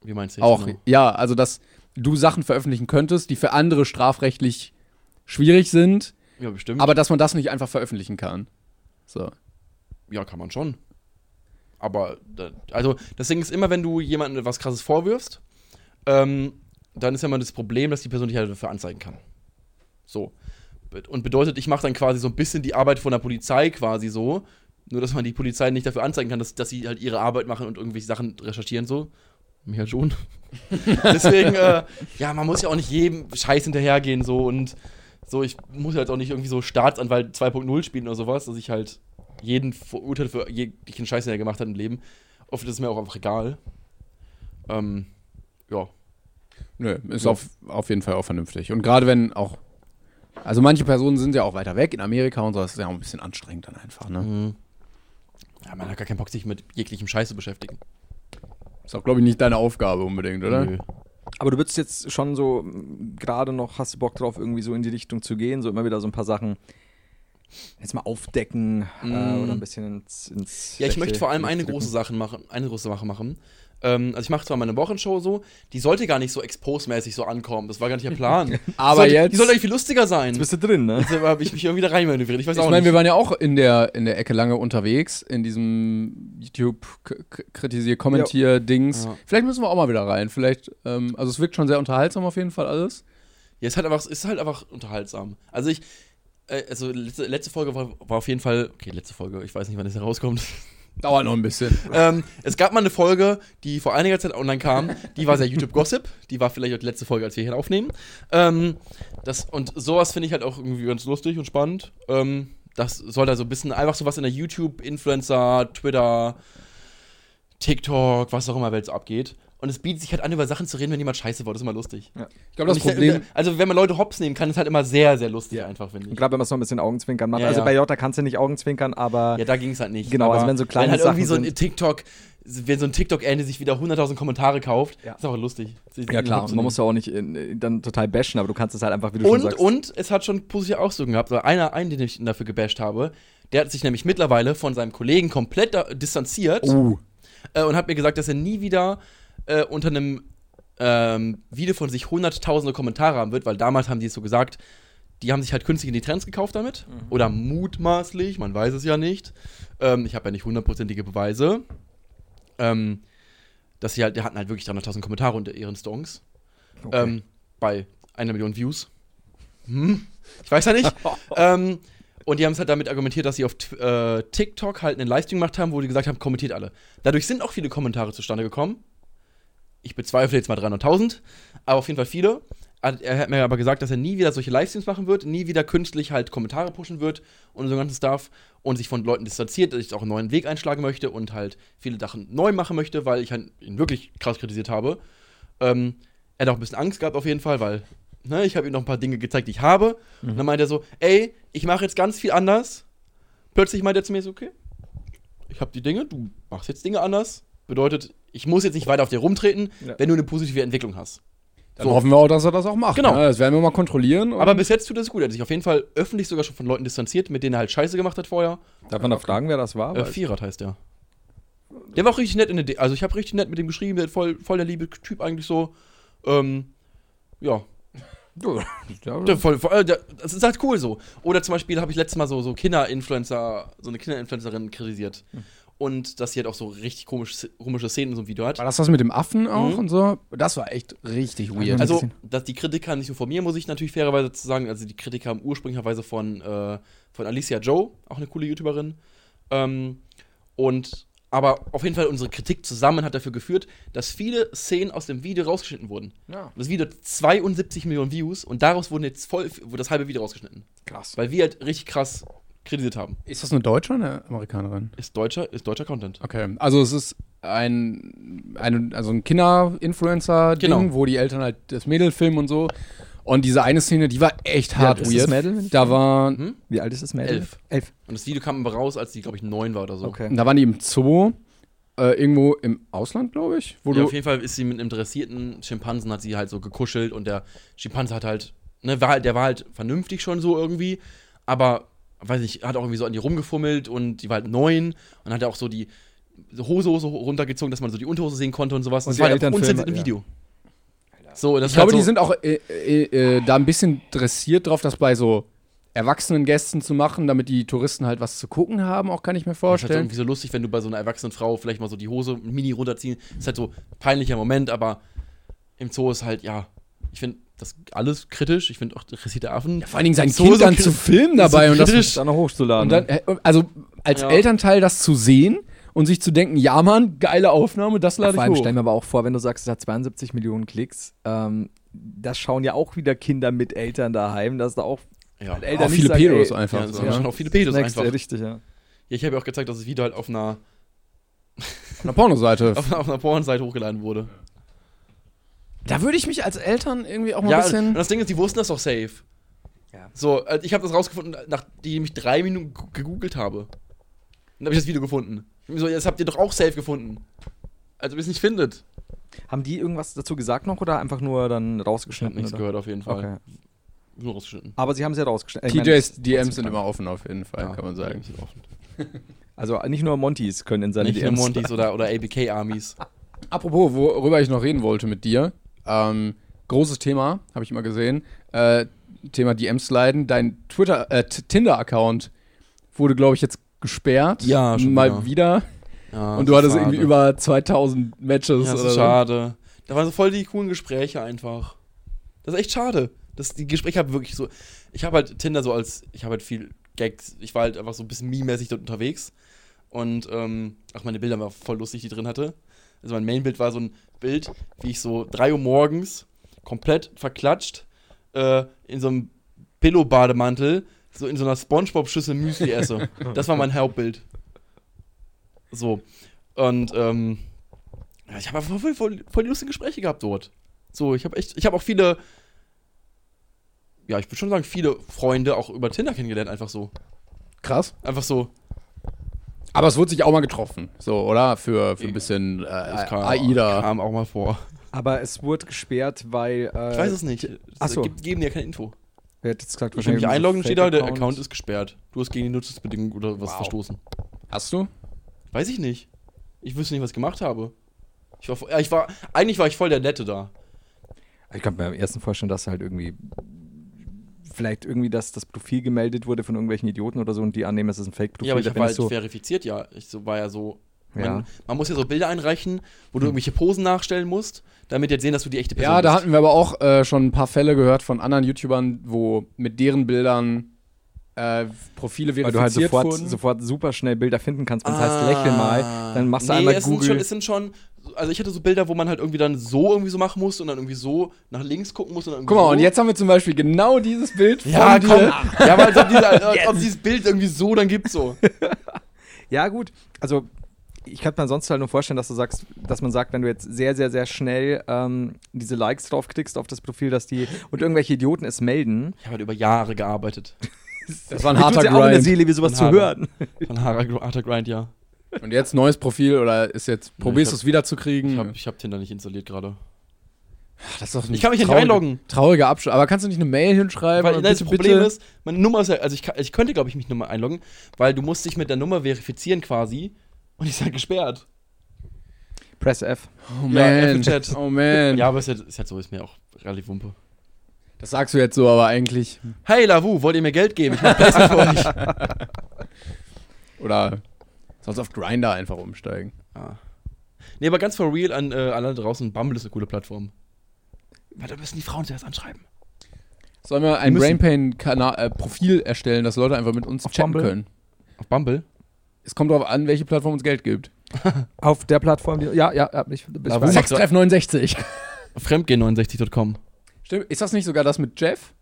S3: da- Wie meinst du jetzt
S2: Auch,
S3: genau?
S2: ja, also dass du Sachen veröffentlichen könntest, die für andere strafrechtlich schwierig sind,
S3: Ja, bestimmt.
S2: aber dass man das nicht einfach veröffentlichen kann. So.
S3: ja, kann man schon. Aber, da- also, das Ding ist immer, wenn du jemandem was krasses vorwirfst, ähm, dann ist ja immer das Problem, dass die Person dich halt dafür anzeigen kann. So. Be- Und bedeutet, ich mache dann quasi so ein bisschen die Arbeit von der Polizei quasi so, Nur, dass man die Polizei nicht dafür anzeigen kann, dass, dass sie halt ihre Arbeit machen und irgendwelche Sachen recherchieren, so. Mich halt schon. Deswegen, äh, ja, man muss ja auch nicht jedem Scheiß hinterhergehen, so. Und so, ich muss halt auch nicht irgendwie so Staatsanwalt 2.0 spielen oder sowas, dass ich halt jeden verurteilt für jeglichen Scheiß, den er gemacht hat im Leben. Oft ist es mir auch einfach egal. Ähm, ja.
S2: Nö, ist auf, auf jeden Fall auch vernünftig. Und gerade wenn auch. Also manche Personen sind ja auch weiter weg in Amerika und so, das ist ja auch ein bisschen anstrengend dann einfach, ne?
S3: Mhm. ja. Man hat gar keinen Bock, sich mit jeglichem Scheiß zu beschäftigen.
S2: Ist auch, glaube ich, nicht deine Aufgabe unbedingt, oder?
S3: Nö.
S4: Aber du würdest jetzt schon so mm, gerade noch, hast du Bock drauf, irgendwie so in die Richtung zu gehen, so immer wieder so ein paar Sachen jetzt mal aufdecken äh, oder ein bisschen ins, ins
S3: Mm. Ja, ich
S4: rechte
S3: möchte vor allem
S4: Licht
S3: eine
S4: drücken.
S3: große Sache machen. Eine große Sache machen. Ähm, also ich mache zwar meine Wochenshow so, die sollte gar nicht so expose-mäßig so ankommen. Das war gar nicht der Plan.
S2: Aber
S3: die sollte,
S2: jetzt-
S3: Die sollte eigentlich viel lustiger sein.
S4: Bist du drin, ne?
S3: Da habe ich mich irgendwie da reinmanövriert. Ich weiß
S2: Ich
S3: auch
S2: meine, wir
S3: nicht.
S2: waren ja auch in der, in der Ecke lange unterwegs, in diesem YouTube-Kritisier-Kommentier-Dings.
S3: Ja.
S2: Vielleicht müssen wir auch mal wieder rein. Vielleicht, ähm, also es wirkt schon sehr unterhaltsam auf jeden Fall alles.
S3: Ja, es hat einfach, es ist halt einfach unterhaltsam. Also ich, äh, also letzte, letzte Folge war, war auf jeden Fall, okay, letzte Folge, ich weiß nicht, wann es herauskommt.
S2: Dauert noch ein bisschen.
S3: ähm, es gab mal eine Folge, die vor einiger Zeit online kam, die war sehr YouTube-Gossip, die war vielleicht auch die letzte Folge, als wir hier aufnehmen. Ähm, das, und sowas finde ich halt auch irgendwie ganz lustig und spannend. Ähm, das soll da so ein bisschen einfach so was in der YouTube-Influencer, Twitter, TikTok, was auch immer Welt so abgeht. Und es bietet sich halt an, über Sachen zu reden, wenn jemand scheiße war. Das ist immer lustig.
S2: Ich glaube, das
S3: Und ich-
S2: Problem.
S3: also, wenn man Leute hops nehmen kann, ist halt immer sehr, sehr lustig, einfach, finde
S4: Und
S3: ich.
S4: gerade wenn man es noch ein bisschen Augenzwinkern macht.
S3: Ja,
S4: also
S3: ja.
S4: bei Jota kannst du nicht Augenzwinkern, aber
S3: Ja, da ging es halt nicht.
S4: Genau, also wenn so kleine
S3: wenn halt irgendwie
S4: Sachen
S3: so ein
S4: sind.
S3: TikTok, wenn so ein TikTok-Ende sich wieder 100.000 Kommentare kauft,
S4: Ja.
S3: ist einfach lustig. Sich-
S2: Ja, klar.
S3: hops
S4: man muss ja auch nicht in, in, dann total bashen, aber du kannst es halt einfach, wie du schon
S3: Und,
S4: sagst.
S3: und es hat schon positive Auswirkungen gehabt. Weil einer, einen, den ich dafür gebasht habe, der hat sich nämlich mittlerweile von seinem Kollegen komplett da, distanziert
S2: Oh.
S3: äh, und hat mir gesagt, dass er nie wieder äh, unter einem ähm, Video von sich hunderttausende Kommentare haben wird, weil damals haben die es so gesagt, die haben sich halt künstlich in die Trends gekauft damit. Oder mutmaßlich, man weiß es ja nicht. Ähm, ich habe ja nicht hundertprozentige Beweise. Ähm, dass sie halt, die hatten halt wirklich 300.000 Kommentare unter ihren Songs.
S4: Okay.
S3: Ähm, bei einer Million Views. Hm? Ich weiß ja nicht. ähm, und die haben es halt damit argumentiert, dass sie auf Tw- äh, TikTok halt einen Livestream gemacht haben, wo die gesagt haben, kommentiert alle. Dadurch sind auch viele Kommentare zustande gekommen. Ich bezweifle jetzt mal 300.000, aber auf jeden Fall viele. Hat- Er hat mir aber gesagt, dass er nie wieder solche Livestreams machen wird, nie wieder künstlich halt Kommentare pushen wird und so ganzen Stuff und sich von Leuten distanziert, dass ich auch einen neuen Weg einschlagen möchte und halt viele Sachen neu machen möchte, weil ich halt ihn wirklich krass kritisiert habe. Ähm, er hat auch ein bisschen Angst gehabt auf jeden Fall, weil ne, ich habe ihm noch ein paar Dinge gezeigt, die ich habe. Und dann meint er so, ey, ich mache jetzt ganz viel anders. Plötzlich meint er zu mir so, okay, ich habe die Dinge, du machst jetzt Dinge anders. Bedeutet, ich muss jetzt nicht weiter auf dir rumtreten,
S4: Ja.
S3: wenn du eine positive Entwicklung hast.
S2: Dann
S3: So.
S2: hoffen wir auch, dass er das auch macht.
S3: Genau.
S2: Ne? Das werden wir mal kontrollieren. und-
S3: Aber bis jetzt tut er es gut. Er hat sich auf jeden Fall öffentlich sogar schon von Leuten distanziert, mit denen er halt Scheiße gemacht hat vorher.
S4: Darf man da fragen, wer das war?
S3: Äh,
S4: Weil-
S3: Vierrad heißt der. Der war auch richtig nett in der D Also ich habe richtig nett mit dem geschrieben, der ist voll, voll der liebe Typ eigentlich so. Ähm, ja, Der, voll, voll, äh, der, das ist halt cool so. Oder zum Beispiel habe ich letztes Mal so, so Kinder-Influencer, so eine Kinder-Influencerin kritisiert. Und dass sie halt auch so richtig komisch, komische Szenen in so einem Video hat.
S2: war das das mit dem Affen auch
S3: Mhm.
S2: und so? Das war echt richtig weird.
S3: Also, dass die Kritiker nicht nur von mir, muss ich natürlich fairerweise zu sagen. Also, die Kritiker haben ursprünglicherweise von, äh, von Alicia Joe, auch eine coole YouTuberin. Ähm, und, aber auf jeden Fall unsere Kritik zusammen hat dafür geführt, dass viele Szenen aus dem Video rausgeschnitten wurden.
S2: ja.
S3: Das Video hat 72 Millionen Views und daraus wurden jetzt voll, wurde das halbe Video rausgeschnitten.
S2: krass.
S3: Weil wir halt richtig krass kritisiert haben.
S2: Ist das eine Deutsche oder eine Amerikanerin?
S3: Ist deutscher, ist deutscher Content.
S2: Okay, also es ist ein, ein, also ein Kinder-Influencer-Ding,
S3: Genau.
S2: wo die Eltern halt das Mädel filmen und so. Und diese eine Szene, die war echt hart
S4: das
S2: weird.
S4: ist das Mädel, wenn ich-
S2: da, war,
S4: Wie alt ist das Mädel?
S3: Elf.
S4: Elf.
S3: Und das Video kam aber raus, als die, glaube ich, neun war oder so.
S4: Okay.
S2: da waren die im Zoo, äh, irgendwo im Ausland, glaube ich. Wo
S3: Ja,
S2: du,
S3: auf jeden Fall ist sie mit einem dressierten Schimpansen, hat sie halt so gekuschelt und der Schimpanse hat halt, ne, war halt, der war halt vernünftig schon so irgendwie, aber, weiß nicht, hat auch irgendwie so an die rumgefummelt und die war halt neun und hat auch so die Hose, Hose runtergezogen, dass man so die Unterhose sehen konnte und sowas.
S4: Und
S3: das
S4: die
S3: war halt
S4: Eltern
S3: auf
S4: filmen,
S3: unzensierten
S4: ja.
S3: Video. So, das
S2: ich
S3: ist halt
S2: glaube, die
S3: so,
S2: sind auch äh, äh, äh, da ein bisschen dressiert drauf, das bei so erwachsenen Gästen zu machen, damit die Touristen halt was zu gucken haben, auch kann ich mir
S3: Das ist halt
S2: vorstellen.
S3: irgendwie so lustig, wenn du bei so einer erwachsenen Frau vielleicht mal so die Hose mini runterziehen. Ist halt so ein peinlicher Moment, aber im Zoo ist halt, ja, ich finde das alles kritisch. Ich finde auch dressierte Affen.
S2: Vor allen Dingen sein
S3: Im Zoo
S2: Kind
S3: so
S2: dann
S3: kri-
S2: zu filmen dabei
S3: so
S2: und das
S3: kritisch.
S4: Dann noch hochzuladen.
S2: Und dann, äh, also als
S3: ne? Ja.
S2: Elternteil das zu sehen und sich zu denken, ja Mann, geile Aufnahme, das lade ich
S4: Vor allem
S2: hoch.
S4: stellen wir aber auch vor, wenn du sagst, es hat 72 Millionen Klicks, ähm, das schauen ja auch wieder Kinder mit Eltern daheim, dass da auch
S3: Ja, ja,
S4: Eltern
S2: auch
S4: nicht
S2: viele
S4: sagen,
S2: Pedos
S4: ey,
S2: einfach.
S3: das
S2: so, ne?
S3: waren
S2: ja.
S3: schon auch viele Pedos
S4: Next,
S3: einfach.
S4: ja,
S3: Ja,
S4: richtig, ja.
S3: ich habe ja auch gezeigt, dass das Video halt auf einer,
S2: Auf einer Pornoseite.
S3: auf, auf einer Pornseite hochgeladen wurde.
S2: Da würde ich mich als Eltern irgendwie auch mal
S3: Ja,
S2: ein
S3: und
S2: bisschen.
S3: das Ding ist, die wussten das doch safe.
S4: Ja.
S3: So, äh, ich habe das rausgefunden, nachdem ich drei Minuten g- gegoogelt habe. Dann habe ich das Video gefunden. Ich bin So, das habt ihr doch auch safe gefunden. Also, bis ihr es nicht findet.
S4: Haben die irgendwas dazu gesagt noch oder einfach nur dann
S3: Ich habe
S4: rausgeschnitten?
S3: nichts
S4: oder?
S3: gehört, auf jeden Fall.
S4: Okay.
S3: Nur rausgeschnitten.
S4: Aber sie haben es ja rausgeschnitten. Äh, ich meine,
S2: TJs DMs sind immer offen, auf jeden Fall,
S3: Ja,
S2: kann man sagen.
S3: Sind offen.
S4: Also nicht nur Montys können in seine
S3: Nicht nur
S4: DMs.
S3: Montis oder, oder ABK-Armies.
S2: Apropos, worüber ich noch reden wollte mit dir. Ähm, großes Thema, habe ich immer gesehen. Äh, Thema DMs-Leiden. Dein Twitter, äh, T- Tinder-Account wurde, glaube ich, jetzt gesperrt.
S3: Ja, schon
S2: Mal wieder.
S3: Ja,
S2: Und du hattest
S3: schade.
S2: irgendwie über 2000 Matches
S3: Ja, das
S2: oder
S3: ist
S2: so.
S3: schade. Da waren so voll die coolen Gespräche einfach. Das ist echt schade. Das, die Gespräche haben wirklich so. Ich habe halt Tinder so als. Ich habe halt viel Gags. Ich war halt einfach so ein bisschen meme-mäßig dort unterwegs. Und, ähm, ach, meine Bilder waren voll lustig, die ich drin hatte. Also mein Mainbild war so ein Bild, wie ich so 3 Uhr morgens komplett verklatscht äh, in so einem Billo-Bademantel, so in so einer Spongebob-Schüssel Müsli esse. das war mein Hauptbild. So. Und, ähm, ja, ich habe voll, voll, voll, voll die lustigen Gespräche gehabt dort. So, ich habe echt, ich habe auch viele, ja, ich würde schon sagen, viele Freunde auch über Tinder kennengelernt, einfach so.
S2: Krass.
S3: Einfach so,
S2: Aber es wurde sich auch mal getroffen. So, oder? Für, für ein bisschen äh,
S3: das kam,
S2: AIDA.
S3: kam auch mal vor.
S4: Aber es wurde gesperrt, weil. Äh,
S3: Ich weiß es nicht.
S4: ach so.
S3: Gibt, geben dir keine Info.
S4: wer hat jetzt gesagt,
S3: Ich will mich einloggen, steht da, der
S4: Fake-Account.
S3: Account ist gesperrt. Du hast gegen die Nutzungsbedingungen oder was
S2: Wow.
S3: verstoßen.
S2: Hast du?
S3: Weiß ich nicht. Ich wüsste nicht, was ich gemacht habe. Ich war, voll- ja, ich war, eigentlich war ich voll der Nette da.
S4: Ich kann mir am ersten vorstellen, dass halt irgendwie. Vielleicht irgendwie, dass das Profil gemeldet wurde von irgendwelchen Idioten oder so und die annehmen, es ist ein Fake-Profil.
S3: Ja, aber ich
S4: da
S3: habe
S4: bin
S3: halt
S4: so,
S3: verifiziert, ja. Ich so, war ja so. Man,
S4: Ja. Hm.
S3: man muss ja so Bilder einreichen, wo du irgendwelche Posen nachstellen musst, damit die jetzt sehen, dass du die echte Person
S2: Ja, da
S3: bist.
S2: hatten wir aber auch äh, schon ein paar Fälle gehört von anderen YouTubern, wo mit deren Bildern äh, Profile
S4: weil du halt
S2: verifiziert
S4: sofort,
S2: wurden.
S4: sofort super schnell Bilder finden kannst. Wenn es heißt, lächel mal, dann machst du
S3: nee,
S4: einmal
S3: es Sind schon,
S4: Google.
S3: es sind schon, also ich hatte so Bilder, wo man halt irgendwie dann so irgendwie so machen musste und dann irgendwie so nach links gucken musste und dann irgendwie
S2: Guck mal,
S3: so.
S2: und jetzt haben wir zum Beispiel genau dieses Bild von
S3: Ja,
S2: dir.
S3: komm. Ja, aber als ob, diese, als ob dieses Bild irgendwie so dann gibt so.
S4: Ja, gut. Also, ich kann mir sonst halt nur vorstellen, dass du sagst, dass man sagt, wenn du jetzt sehr, sehr, sehr schnell ähm, diese Likes draufklickst auf das Profil, dass die und irgendwelche Idioten es melden.
S3: Ich habe halt über Jahre gearbeitet.
S2: Das war ein
S4: Mir tut's
S2: harter
S4: ja auch in der
S2: Grind.
S4: Seele, wie sowas
S3: Ein
S4: zu
S3: harter.
S4: hören.
S3: Von Harder Harder Grind, ja.
S2: Und jetzt neues Profil oder ist jetzt, probierst du
S3: ich hab-
S2: es wiederzukriegen?
S4: Hm.
S3: Ich habe ich hab Tinder nicht installiert gerade.
S2: Ach, das ist doch
S3: Ich kann mich ja nicht
S2: traurige-
S3: einloggen.
S2: Trauriger Abschluss. Aber kannst du nicht eine Mail hinschreiben?
S3: Weil
S2: und
S3: nein, das
S2: bitte,
S3: Problem
S2: bitte?
S3: ist, meine Nummer ist ja, also ich, kann, ich könnte, glaube ich, mich Nummer einloggen, weil du musst dich mit der Nummer verifizieren quasi und ich halt gesperrt.
S4: Press F.
S2: oh
S3: Ja, F
S2: man,
S3: im Chat.
S2: oh man.
S3: Ja, aber ist ja, ist halt so, ist mir auch relativ wumpe.
S2: Das sagst du jetzt so, aber eigentlich.
S3: Hey Lavu, wollt ihr mir Geld geben? Ich mach besser für euch.
S2: Oder sonst auf Grinder einfach umsteigen.
S3: Ja. Nee, aber ganz for real an äh, alle draußen, Bumble ist eine coole Plattform. Weil da müssen die Frauen zuerst anschreiben.
S2: Sollen wir ein
S3: Wir müssen-
S2: Brainpain-Profil erstellen, dass Leute einfach mit uns
S4: Auf
S2: chatten
S4: Bumble?
S2: können?
S3: Auf Bumble?
S2: Es kommt darauf an, welche Plattform uns Geld gibt.
S4: Auf der Plattform, die, ja, ja, ja, ich, ich
S3: Da
S4: weiß.
S3: wo-
S2: Sextreff 69.
S3: Fremdgehen69.com.
S2: Stimmt. Ist das nicht sogar das mit Jeff?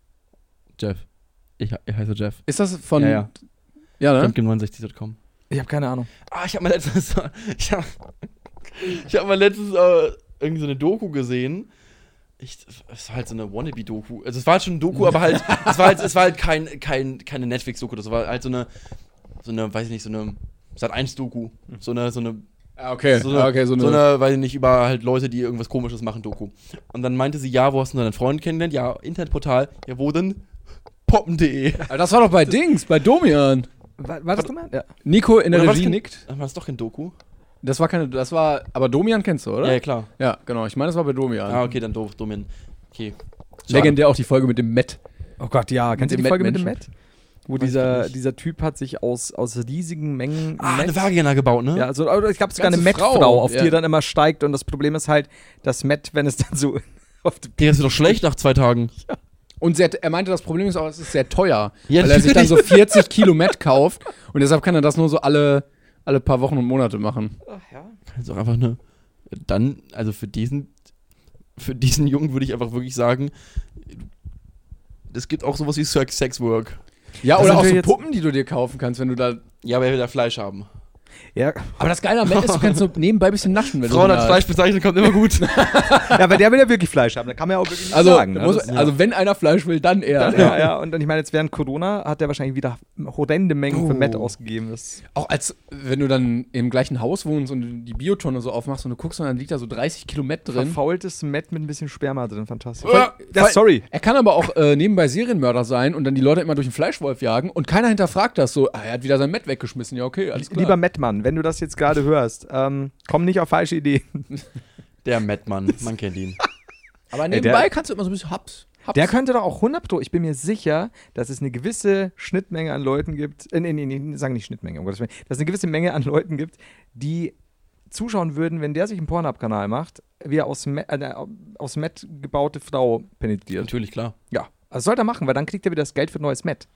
S3: Jeff. Ich, he- ich heiße Jeff.
S2: Ist das von.
S3: Ja, ja.
S2: Ja, ne?
S3: Fremdgehen69.com.
S4: Ich habe keine Ahnung.
S3: Ah, ich habe mal letztens. Ich habe ich hab mal letztens äh, irgendwie so eine Doku gesehen. Ich, es war halt so eine Wannabe-Doku. Also es war halt schon eine Doku, aber halt, es war halt, es war halt kein, kein, keine Netflix-Doku. Das war halt so eine, so eine, weiß ich nicht, so eine Sat 1-Doku. So eine, so eine
S2: Ah, Hm. okay.
S3: so eine,
S2: Ah, okay, so eine.
S3: weiß ich nicht, über halt Leute, die irgendwas komisches machen, Doku. Und dann meinte sie, ja, wo hast du deinen Freund kennengelernt? Ja, Internetportal. Ja, wo denn? Poppen.de.
S2: aber Ah, das war doch bei Dings, bei Domian.
S4: War, war das gemeint? Ja.
S2: Nico in der
S3: Oder was
S2: Regie
S3: kann-
S2: nickt.
S3: Ach, War das doch kein Doku?
S2: Das war keine. Das war. Aber Domian kennst du,
S3: Ja,
S2: oder?
S3: ja, klar.
S2: Ja, genau. Ich meine, das war bei Domian.
S3: Ah, okay, dann doof, Domin. Okay.
S2: Legendär auch die Folge mit dem Matt.
S4: Oh Gott, ja. Kennst du
S2: dem
S4: die Folge mit dem Matt?
S2: Matt-Menschen.
S4: Wo dieser, dieser Typ hat sich aus, aus riesigen Mengen
S3: Ah, eine
S4: Meth-
S3: Vagina gebaut, ne?
S4: Ja, also oder ich glaube sogar eine
S2: Ganze
S4: Met-Frau,
S2: Frau,
S4: auf
S2: ja.
S4: die er dann immer steigt. Und das Problem ist halt, dass Met, wenn es dann so auf die
S3: Der ist doch schlecht nach zwei Tagen.
S2: Und sehr, er meinte, das Problem ist auch, es ist sehr teuer,
S3: Ja,
S2: weil er sich dann
S3: natürlich.
S2: so 40 Kilo Met kauft und deshalb kann er das nur so alle, alle paar Wochen und Monate machen.
S3: Also einfach eine. Dann, also für diesen, für diesen Jungen würde ich einfach wirklich sagen, es gibt auch sowas wie Sex Sexwork.
S2: Ja,
S4: Das
S2: oder
S4: sind
S2: auch
S4: wir
S2: so
S4: jetzt-
S2: Puppen, die du dir kaufen kannst, wenn du da.
S3: Ja, aber er will da Fleisch haben.
S4: Ja.
S2: Aber das Geile am Met ist, du kannst so nebenbei ein bisschen naschen, wenn
S3: Frauen
S2: du.
S3: als
S2: da-
S3: Fleisch bezeichnen kommt immer gut.
S4: ja, aber der will ja wirklich Fleisch haben. Da kann man ja auch wirklich nichts
S2: Also,
S4: sagen. ne?
S2: muss,
S4: Das-
S2: also wenn einer Fleisch will, dann er.
S4: ja, ja, und dann, ich meine, jetzt während Corona hat er wahrscheinlich wieder horrende Mengen für
S2: Oh.
S4: Matt ausgegeben. Das,
S2: Auch als wenn du dann im gleichen Haus wohnst und die Biotonne so aufmachst und du guckst und dann liegt da so 30 Kilometer drin.
S4: verfaultes Matt mit ein bisschen Sperma drin, fantastisch.
S2: Voll-
S4: ja,
S2: voll-
S4: sorry.
S2: Er kann aber auch äh, nebenbei Serienmörder sein und dann die Leute immer durch den Fleischwolf jagen und keiner hinterfragt das so. Ah, er hat wieder sein Met weggeschmissen. Ja, okay, alles klar.
S4: Lieber Mettmann, wenn du das jetzt gerade hörst, ähm, komm nicht auf falsche Ideen.
S3: Der Madman, man kennt ihn.
S2: aber
S4: der-
S2: nebenbei kannst du immer so ein bisschen Haps. Haps.
S4: Der könnte doch auch 100 Pro, ich bin mir sicher, dass es eine gewisse Schnittmenge an Leuten gibt, äh, nee, nee, nee, sagen nicht Schnittmenge, um Gottes Willen, dass es eine gewisse Menge an Leuten gibt, die zuschauen würden, wenn der sich einen Pornhub-Kanal macht, wie er aus, Met, äh, aus Matt gebaute Frau penetriert.
S3: Natürlich, klar.
S4: Ja, das soll er machen, weil dann kriegt er wieder das Geld für ein neues Met.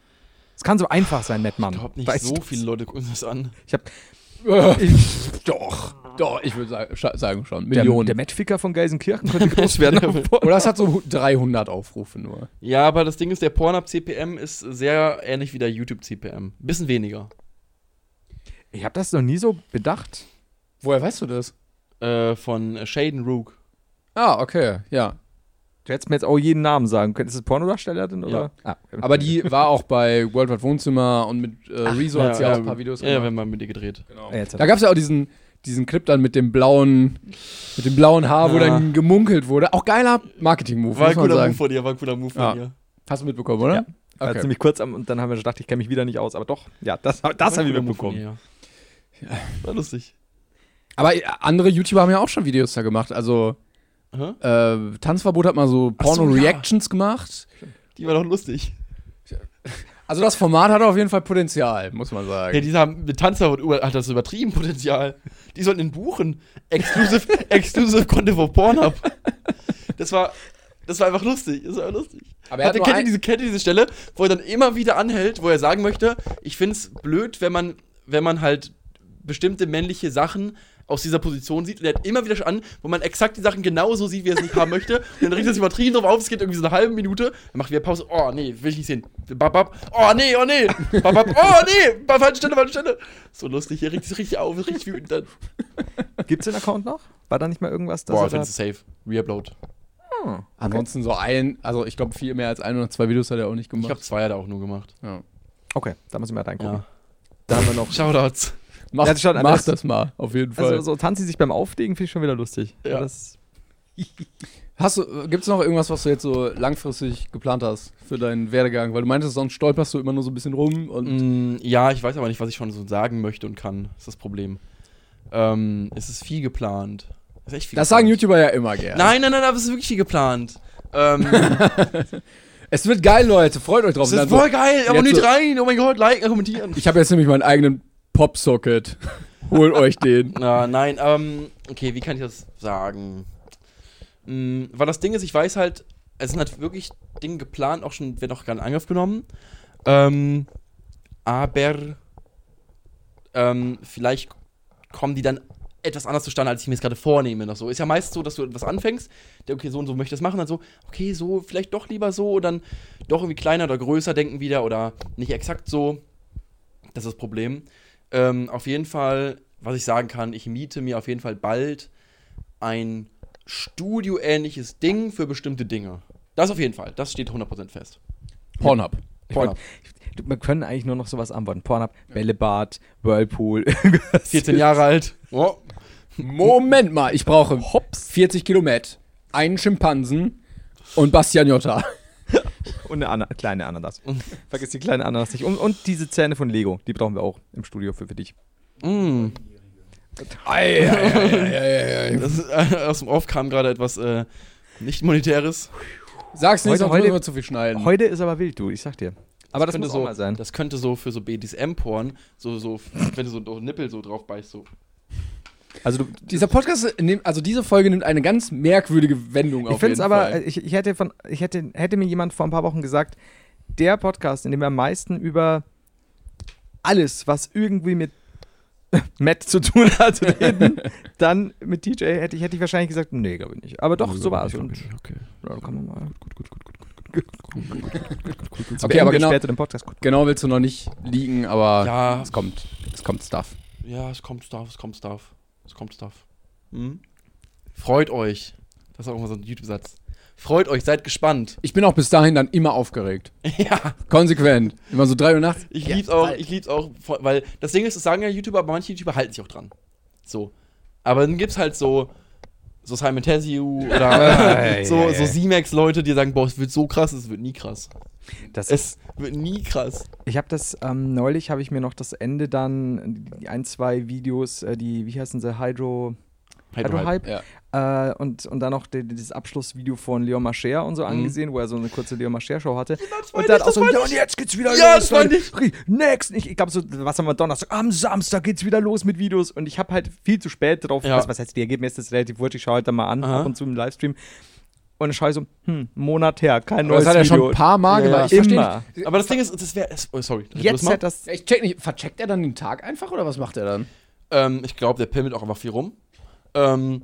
S4: Es kann so einfach sein, Matt, Mann.
S3: Ich glaube nicht
S4: Weißt
S3: so
S4: du?
S3: viele Leute gucken das an.
S4: Ich hab,
S2: doch, doch, ich würde sagen, scha- sagen schon.
S4: der,
S2: Millionen.
S4: der Matt-Ficker von Geisenkirchen könnte groß werden. auf Pornhub.
S2: Oder es hat so 300 Aufrufe nur.
S3: Ja, aber das Ding ist, der Pornhub-CPM ist sehr ähnlich wie der YouTube-CPM. Bisschen weniger.
S4: ich habe das noch nie so bedacht.
S2: Woher weißt du das?
S3: Äh, von Shaden Rook.
S2: Ah, okay, ja.
S4: Du hättest mir jetzt auch jeden Namen sagen können. Ist es Pornodarstellerin oder? Ah, okay.
S2: Aber die war auch bei World Wide Wohnzimmer und mit äh, Rezo hat sie auch ein paar Videos
S3: Ja,
S2: gemacht.
S3: wenn man mit ihr gedreht.
S4: Ja, jetzt
S2: Da gab es ja auch diesen, diesen Clip dann mit dem blauen, mit dem blauen Haar, wo
S3: Ja.
S2: dann gemunkelt wurde. Auch geiler Marketing-Move,
S3: War
S2: muss
S3: ein
S2: man
S3: cooler
S2: sagen.
S3: Move von dir, war ein cooler Move
S2: Ja.
S3: von dir.
S2: Hast du mitbekommen, oder?
S4: Ja. war
S2: Okay.
S4: ziemlich kurz am, und dann haben wir gedacht, ich kenne mich wieder nicht aus. Aber doch, ja, das, das haben wir mitbekommen.
S3: Ja. War lustig.
S2: Aber äh, andere YouTuber haben ja auch schon Videos da gemacht. Also
S3: Aha.
S2: äh, Tanzverbot hat mal so
S3: Ach so,
S2: Porno-Reactions gemacht.
S3: Die war doch lustig.
S2: Also das Format hat auf jeden Fall Potenzial, muss man sagen.
S3: Ja, dieser mit Tanzer und Uhr hat das übertrieben Potenzial. Die sollten ihn buchen. Exclusive, exclusive Content for Pornhub. Das war, das war einfach lustig. Das war einfach lustig.
S2: Aber er hat
S3: Hatte-
S2: nur
S3: kennt,
S2: ein-
S3: ihr diese, kennt ihr diese Stelle, wo er dann immer wieder anhält, wo er sagen möchte, ich find's blöd, wenn man, wenn man halt bestimmte männliche Sachen aus dieser Position sieht. Und er hat immer wieder an, wo man exakt die Sachen genauso sieht, wie er es nicht haben möchte. Und dann regt er sich übertrieben drauf auf, es geht irgendwie so eine halbe Minute. Dann macht wieder Pause. Oh, nee, will ich nicht sehen. Bap, bap. Oh, nee, oh, nee. Bap, bap. Oh, nee. Bei falscher Stelle, falsche Stelle. So lustig. Er regt sich richtig auf, ist richtig wütend. Dann.
S4: Gibt es den Account noch? War da nicht mal irgendwas? dass
S3: Boah,
S4: er da,
S3: findest du safe. Reupload.
S2: Ansonsten so ein, also ich glaube viel mehr als ein oder zwei Videos hat er auch nicht
S3: Ich
S2: gemacht.
S3: hab zwei da auch nur gemacht.
S2: ja.
S4: okay, da muss ich mal reingucken.
S3: Ja.
S4: Da haben wir noch.
S3: Shoutouts.
S2: Mach,
S4: Ja, schon,
S2: mach
S4: das-
S2: das mal, auf jeden Fall.
S4: Also so tanzt sie sich beim Auflegen, finde ich schon wieder lustig.
S3: Ja.
S4: Das,
S2: Hast du, gibt's noch irgendwas, was du jetzt so langfristig geplant hast für deinen Werdegang? Weil du meintest, sonst stolperst du immer nur so ein bisschen rum und
S3: Mm, ja, ich weiß aber nicht, was ich schon so sagen möchte und kann. Ist das Problem. Ähm, es ist viel geplant. Es Ist echt viel
S2: Das sagen
S3: geplant.
S2: YouTuber ja immer gerne.
S3: Nein, nein, nein, aber es ist wirklich viel geplant. Ähm,
S2: Es wird geil, Leute. Freut euch drauf. Also
S3: es
S2: Und dann
S3: ist
S2: so-
S3: voll geil, aber
S2: jetzt
S3: nicht
S2: so-
S3: rein. Oh mein Gott, liken, kommentieren.
S2: Ich habe jetzt nämlich meinen eigenen Popsocket. Holt euch den.
S3: Na, nein, ähm, okay, wie kann ich das sagen? Mm, weil das Ding ist, ich weiß halt, es sind halt wirklich Dinge geplant, auch schon, wird auch gerade in Angriff genommen. Ähm, aber ähm, vielleicht kommen die dann etwas anders zustande, als ich mir es gerade vornehme. Noch so. Ist ja meist so, dass du etwas anfängst, der, okay, so und so möchte ich das machen, dann so, okay, so, vielleicht doch lieber so, oder dann doch irgendwie kleiner oder größer denken wieder oder nicht exakt so. Das ist das Problem. Ähm, auf jeden Fall, was ich sagen kann, ich miete mir auf jeden Fall bald ein Studio-ähnliches Ding für bestimmte Dinge. Das auf jeden Fall, das steht 100% fest.
S2: Pornhub.
S4: ich
S3: Pornhub.
S4: mein, ich- wir können eigentlich nur noch sowas antworten. Pornhub, Bällebad, Whirlpool. irgendwas.
S3: 14 Jahre alt. Oh.
S2: Moment mal, ich brauche Hops. 40 Kilometer, einen Schimpansen und Bastian Jotta.
S4: Und eine Ana kleine Ananas.
S3: Mhm.
S4: Vergiss die kleine Ananas nicht. Und, und diese Zähne von Lego, die brauchen wir auch im Studio für, für dich.
S3: Mm.
S2: Ei, ei, ei, ei, ei, ei.
S3: Das ist, äh, aus dem Off kam gerade etwas äh, nicht monetäres.
S2: Sag's nicht,
S4: Heute-
S2: sonst
S4: heute-
S2: müssen wir zu viel schneiden.
S4: Heute ist aber wild, du, ich sag dir. Aber das,
S3: könnte
S4: muss
S3: so
S4: auch mal sein.
S3: Das könnte so für so BDSM-Porn, so, so, wenn du so einen Nippel so drauf beißt, so.
S4: Also du,
S2: Dieser Podcast nimmt, also diese Folge nimmt eine ganz merkwürdige Wendung auf.
S4: ich finde es
S2: jeden
S4: aber,
S2: Fall.
S4: ich, ich hätte von, ich hätte, hätte mir jemand vor ein paar Wochen gesagt, der Podcast, in dem wir am meisten über alles, was irgendwie mit Matt zu tun hat, reden, dann mit DJ hätte ich, hätte ich wahrscheinlich gesagt, nee, glaube ich nicht. Aber doch, so war es. Und
S3: Okay.
S4: ja, dann kann man mal. Gut, gut, gut, gut, gut, gut.
S2: Okay, aber genau-
S4: äh, Später den Podcast. Gut.
S2: Genau willst du noch nicht liegen, aber
S3: Ja.
S2: es kommt. Es kommt Stuff.
S3: Ja, es kommt Stuff, es kommt Stuff. Es kommt Stuff. Hm? Freut euch. Das ist auch immer so ein YouTube-Satz. Freut euch, seid gespannt.
S2: Ich bin auch bis dahin dann immer aufgeregt.
S3: ja,
S2: Konsequent. Immer so 3 Uhr nachts.
S3: ich
S2: Ja,
S3: lieb's auch,
S2: bald.
S3: ich lieb's auch, voll- weil das Ding ist, das sagen ja YouTuber, aber manche YouTuber halten sich auch dran. So. Aber dann gibt's halt so, so Simon Tessiu oder so, so C-Max-Leute, die sagen, boah, es wird so krass, es wird nie krass.
S4: Das
S3: Es wird nie krass.
S4: Ich habe das ähm, neulich habe ich mir noch das Ende dann die ein zwei Videos äh, die wie heißen sie Hydro Hydro Hype
S2: Ja. Mhm.
S4: äh, und und dann noch die, die- dieses Abschlussvideo von Leon Mascher und so angesehen, wo er so eine kurze Leon Mascher Show hatte und
S3: meine
S4: dann
S3: ich,
S4: auch
S3: das
S4: so
S3: meine
S4: ja
S3: ich.
S4: und jetzt geht's wieder
S3: Ja,
S4: los
S3: das meine
S4: Leute. next ich, ich glaube so was haben wir Donnerstag am Samstag geht's wieder los mit Videos und ich habe halt viel zu spät drauf
S3: Ja.
S4: was, was heißt die Ergebnisse ist relativ wurscht ich schaue halt dann mal an
S3: Aha.
S4: ab und zu im Livestream und schaue ich so hm Monat her kein
S2: Aber
S4: neues
S2: das hat er
S4: Video
S2: schon ein paar Mal
S4: Ja, ja.
S2: gemacht. Ich verstehe
S4: Immer.
S2: nicht.
S3: Aber das Ding ist, das wäre. Oh, sorry.
S4: jetzt hat das
S2: Ich check nicht. Vercheckt er dann den Tag einfach oder was macht er dann?
S3: Ähm, ich glaube, der pimmelt auch einfach viel rum. Ähm,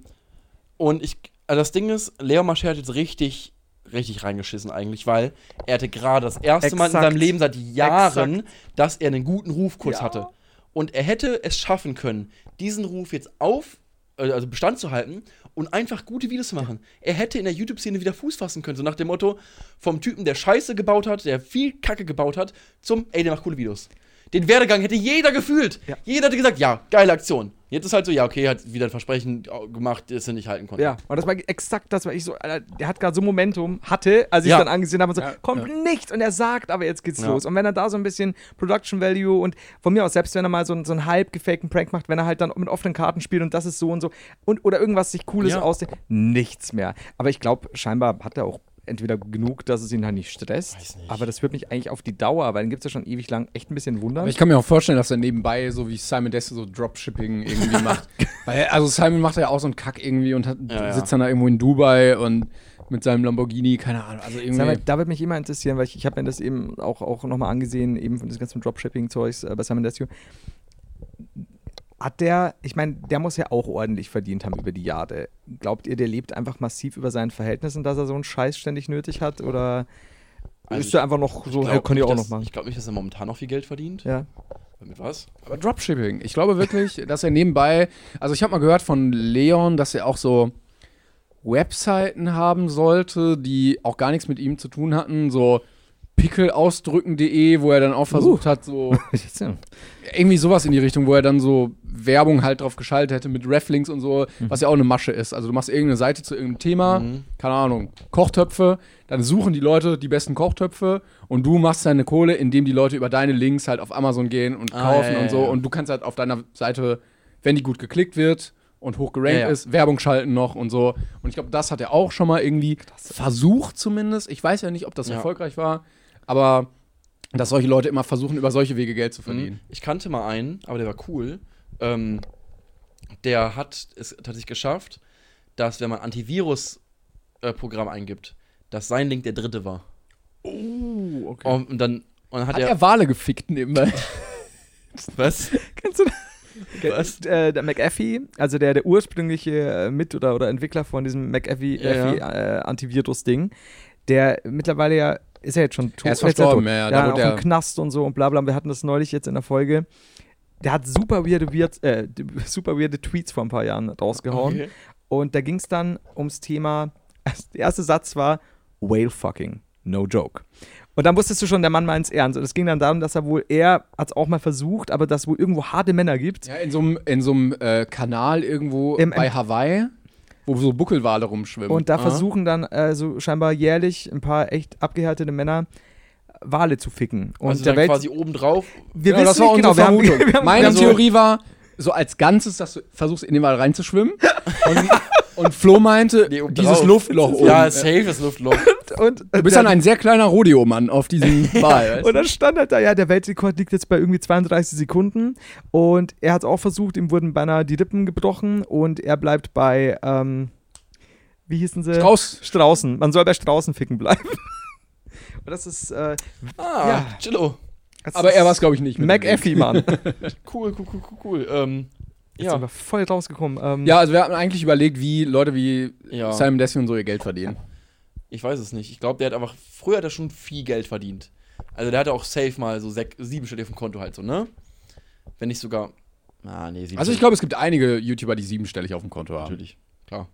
S3: und ich, also das Ding ist, Leo Mascher hat jetzt richtig, richtig reingeschissen eigentlich, weil er hatte gerade das erste Mal in
S4: Exakt.
S3: seinem Leben seit Jahren, dass er einen guten Ruf kurz hatte. Und er hätte es schaffen können, diesen Ruf jetzt auf, äh, also Bestand zu halten und einfach gute Videos zu machen. Er hätte in der YouTube-Szene wieder Fuß fassen können, so nach dem Motto, vom Typen, der Scheiße gebaut hat, der viel Kacke gebaut hat, zum, ey, der macht coole Videos. Den Werdegang hätte jeder gefühlt.
S4: Ja.
S3: Jeder hätte gesagt, ja, geile Aktion. Jetzt ist halt so, ja, okay, hat wieder ein Versprechen äh, gemacht, das er nicht halten konnte.
S4: Ja, und das war exakt das, weil ich so, Alter, der hat gerade so Momentum, hatte, als ich
S3: Ja.
S4: dann angesehen habe und so,
S2: Ja,
S4: kommt nicht und er sagt, aber jetzt geht's
S3: Ja.
S4: los. Und wenn er da so ein bisschen Production Value und von mir aus, selbst wenn er mal so, einen- so einen halb gefakten Prank macht, wenn er halt dann mit offenen Karten spielt und das ist so und so und oder irgendwas sich Cooles
S3: Ja.
S4: ausdenkt, nichts mehr. Aber ich glaube, scheinbar hat er auch entweder genug, dass es ihn halt nicht stresst,
S3: Weiß nicht.
S4: aber das wird mich eigentlich auf die Dauer, weil dann gibt's ja schon ewig lang echt ein bisschen Wunder.
S2: Aber ich kann mir auch vorstellen, dass er nebenbei, so wie Simon Desse, so Dropshipping irgendwie macht. Weil, also Simon macht ja auch so einen Kack irgendwie und hat,
S3: Ja, ja.
S2: sitzt dann da irgendwo in Dubai und mit seinem Lamborghini, keine Ahnung. Also
S4: Sag mal,
S2: irgendwie.
S4: da würde mich immer interessieren, weil ich, ich habe mir das eben auch, auch nochmal angesehen, eben von diesem ganzen Dropshipping-Zeugs äh, bei Simon Desio. Hat der, ich meine, der muss ja auch ordentlich verdient haben über die Jahre. Glaubt ihr, der lebt einfach massiv über seinen Verhältnissen, dass er so einen Scheiß ständig nötig hat? Oder
S3: Also
S4: ist er einfach noch so,
S3: Ich
S4: hey,
S3: glaub
S4: könnt ihr
S3: nicht,
S4: auch
S3: dass-
S4: noch machen?
S3: Ich glaube nicht, dass er momentan noch viel Geld verdient.
S4: Ja.
S3: Mit was?
S2: Aber Dropshipping. Ich glaube wirklich, dass er nebenbei, also ich habe mal gehört von Leon, dass er auch so Webseiten haben sollte, die auch gar nichts mit ihm zu tun hatten, so pickelausdrücken.de, wo er dann auch versucht hat, so irgendwie sowas in die Richtung, wo er dann so Werbung halt drauf geschaltet hätte mit Rafflings und so,
S3: Mhm.
S2: was ja auch eine Masche ist. Also du machst irgendeine Seite zu irgendeinem Thema, keine Ahnung, Kochtöpfe, dann suchen die Leute die besten Kochtöpfe und du machst deine Kohle, indem die Leute über deine Links halt auf Amazon gehen und
S3: Ah,
S2: kaufen
S3: ja,
S2: und
S3: ja,
S2: so
S3: ja.
S2: und du kannst halt auf deiner Seite, wenn die gut geklickt wird und hochgerankt
S3: Ja, ja.
S2: ist, Werbung schalten noch und so. Und ich glaube, das hat er auch schon mal irgendwie versucht zumindest. Ich weiß ja nicht, ob das
S3: Ja.
S2: erfolgreich war, aber dass solche Leute immer versuchen, über solche Wege Geld zu verdienen.
S3: Ich kannte mal einen, aber der war cool. Ähm, der hat es tatsächlich geschafft, dass wenn man Antivirus-Programm eingibt, dass sein Link der dritte war.
S2: Oh, okay.
S3: Und, und dann und dann hat,
S2: Hat er Wale gefickt nebenbei?
S3: was?
S4: Kennst du
S3: Was?
S4: Äh, der McAfee, also der, der ursprüngliche äh, Mit- oder, oder Entwickler von diesem McAfee
S3: Ja, ja.
S4: Affee, äh, Antivirus-Ding, der mittlerweile ja, ist ja jetzt schon tot.
S2: Er ist
S4: jetzt
S2: verstorben,
S4: tot.
S2: ja, ja, da
S4: ja,
S2: wurde
S4: auch
S2: er-
S4: im Knast und so und bla bla. Wir hatten das neulich jetzt in der Folge. Der hat super weirde, weird, äh, d- super weirde Tweets vor ein paar Jahren rausgehauen.
S3: Okay.
S4: Und da ging es dann ums Thema, der erste Satz war Whale fucking, no joke. Und dann wusstest du schon, der Mann meint's ernst. Und es ging dann darum, dass er wohl, er hat es auch mal versucht, aber dass es wohl irgendwo harte Männer gibt.
S2: Ja, in so einem, in so einem äh, Kanal irgendwo
S4: Im-
S2: bei
S4: im-
S2: Hawaii, wo so Buckelwale rumschwimmen.
S4: Und da
S3: Aha.
S4: versuchen dann äh, so scheinbar jährlich ein paar echt abgehärtete Männer Wale zu ficken. Und
S3: also
S4: der
S3: dann
S4: Welt,
S3: quasi obendrauf.
S4: wir
S2: Genau, das war
S4: nicht
S2: unsere
S4: genau, wir
S2: Vermutung.
S4: haben, wir haben,
S2: Meine
S4: wir haben
S2: Theorie war, so als Ganzes, dass du versuchst, in den Wal reinzuschwimmen. Und Und Flo meinte,
S3: Nee, oben
S2: dieses
S3: drauf.
S2: Luftloch oben.
S3: Ja, safe ist Luftloch.
S4: Und, äh,
S2: Du bist dann ein sehr kleiner Rodeo-Mann auf diesem Ball.
S4: Und dann stand halt da, ja, der Weltrekord liegt jetzt bei irgendwie 32 Sekunden. Und er hat es auch versucht, ihm wurden beinahe die Rippen gebrochen und er bleibt bei, ähm, wie hießen sie?
S2: Strauß.
S4: Straußen. Man soll bei Straußen ficken bleiben. und das ist, äh,
S3: Ah,
S4: Ja.
S3: Chillo.
S4: das
S2: Aber
S4: ist
S2: er war es, glaube ich, nicht. mit dem Ding.
S4: McAfee, Mann.
S3: Cool, cool, cool, cool, cool. Ähm,
S4: Jetzt sind
S3: ja.
S4: wir voll rausgekommen. Ähm,
S2: Ja, also wir hatten eigentlich überlegt, wie Leute wie
S3: Ja.
S2: Simon Dessy und so ihr Geld verdienen.
S3: Ich weiß es nicht. Ich glaube, der hat einfach. Früher hat er schon viel Geld verdient. Also der hatte auch safe mal so sech, siebenstellig auf dem Konto halt so, ne? Wenn nicht sogar. Ah, nee, siebenstellig.
S2: Also ich glaube, es gibt einige YouTuber, die siebenstellig auf dem Konto haben.
S3: Natürlich. Klar.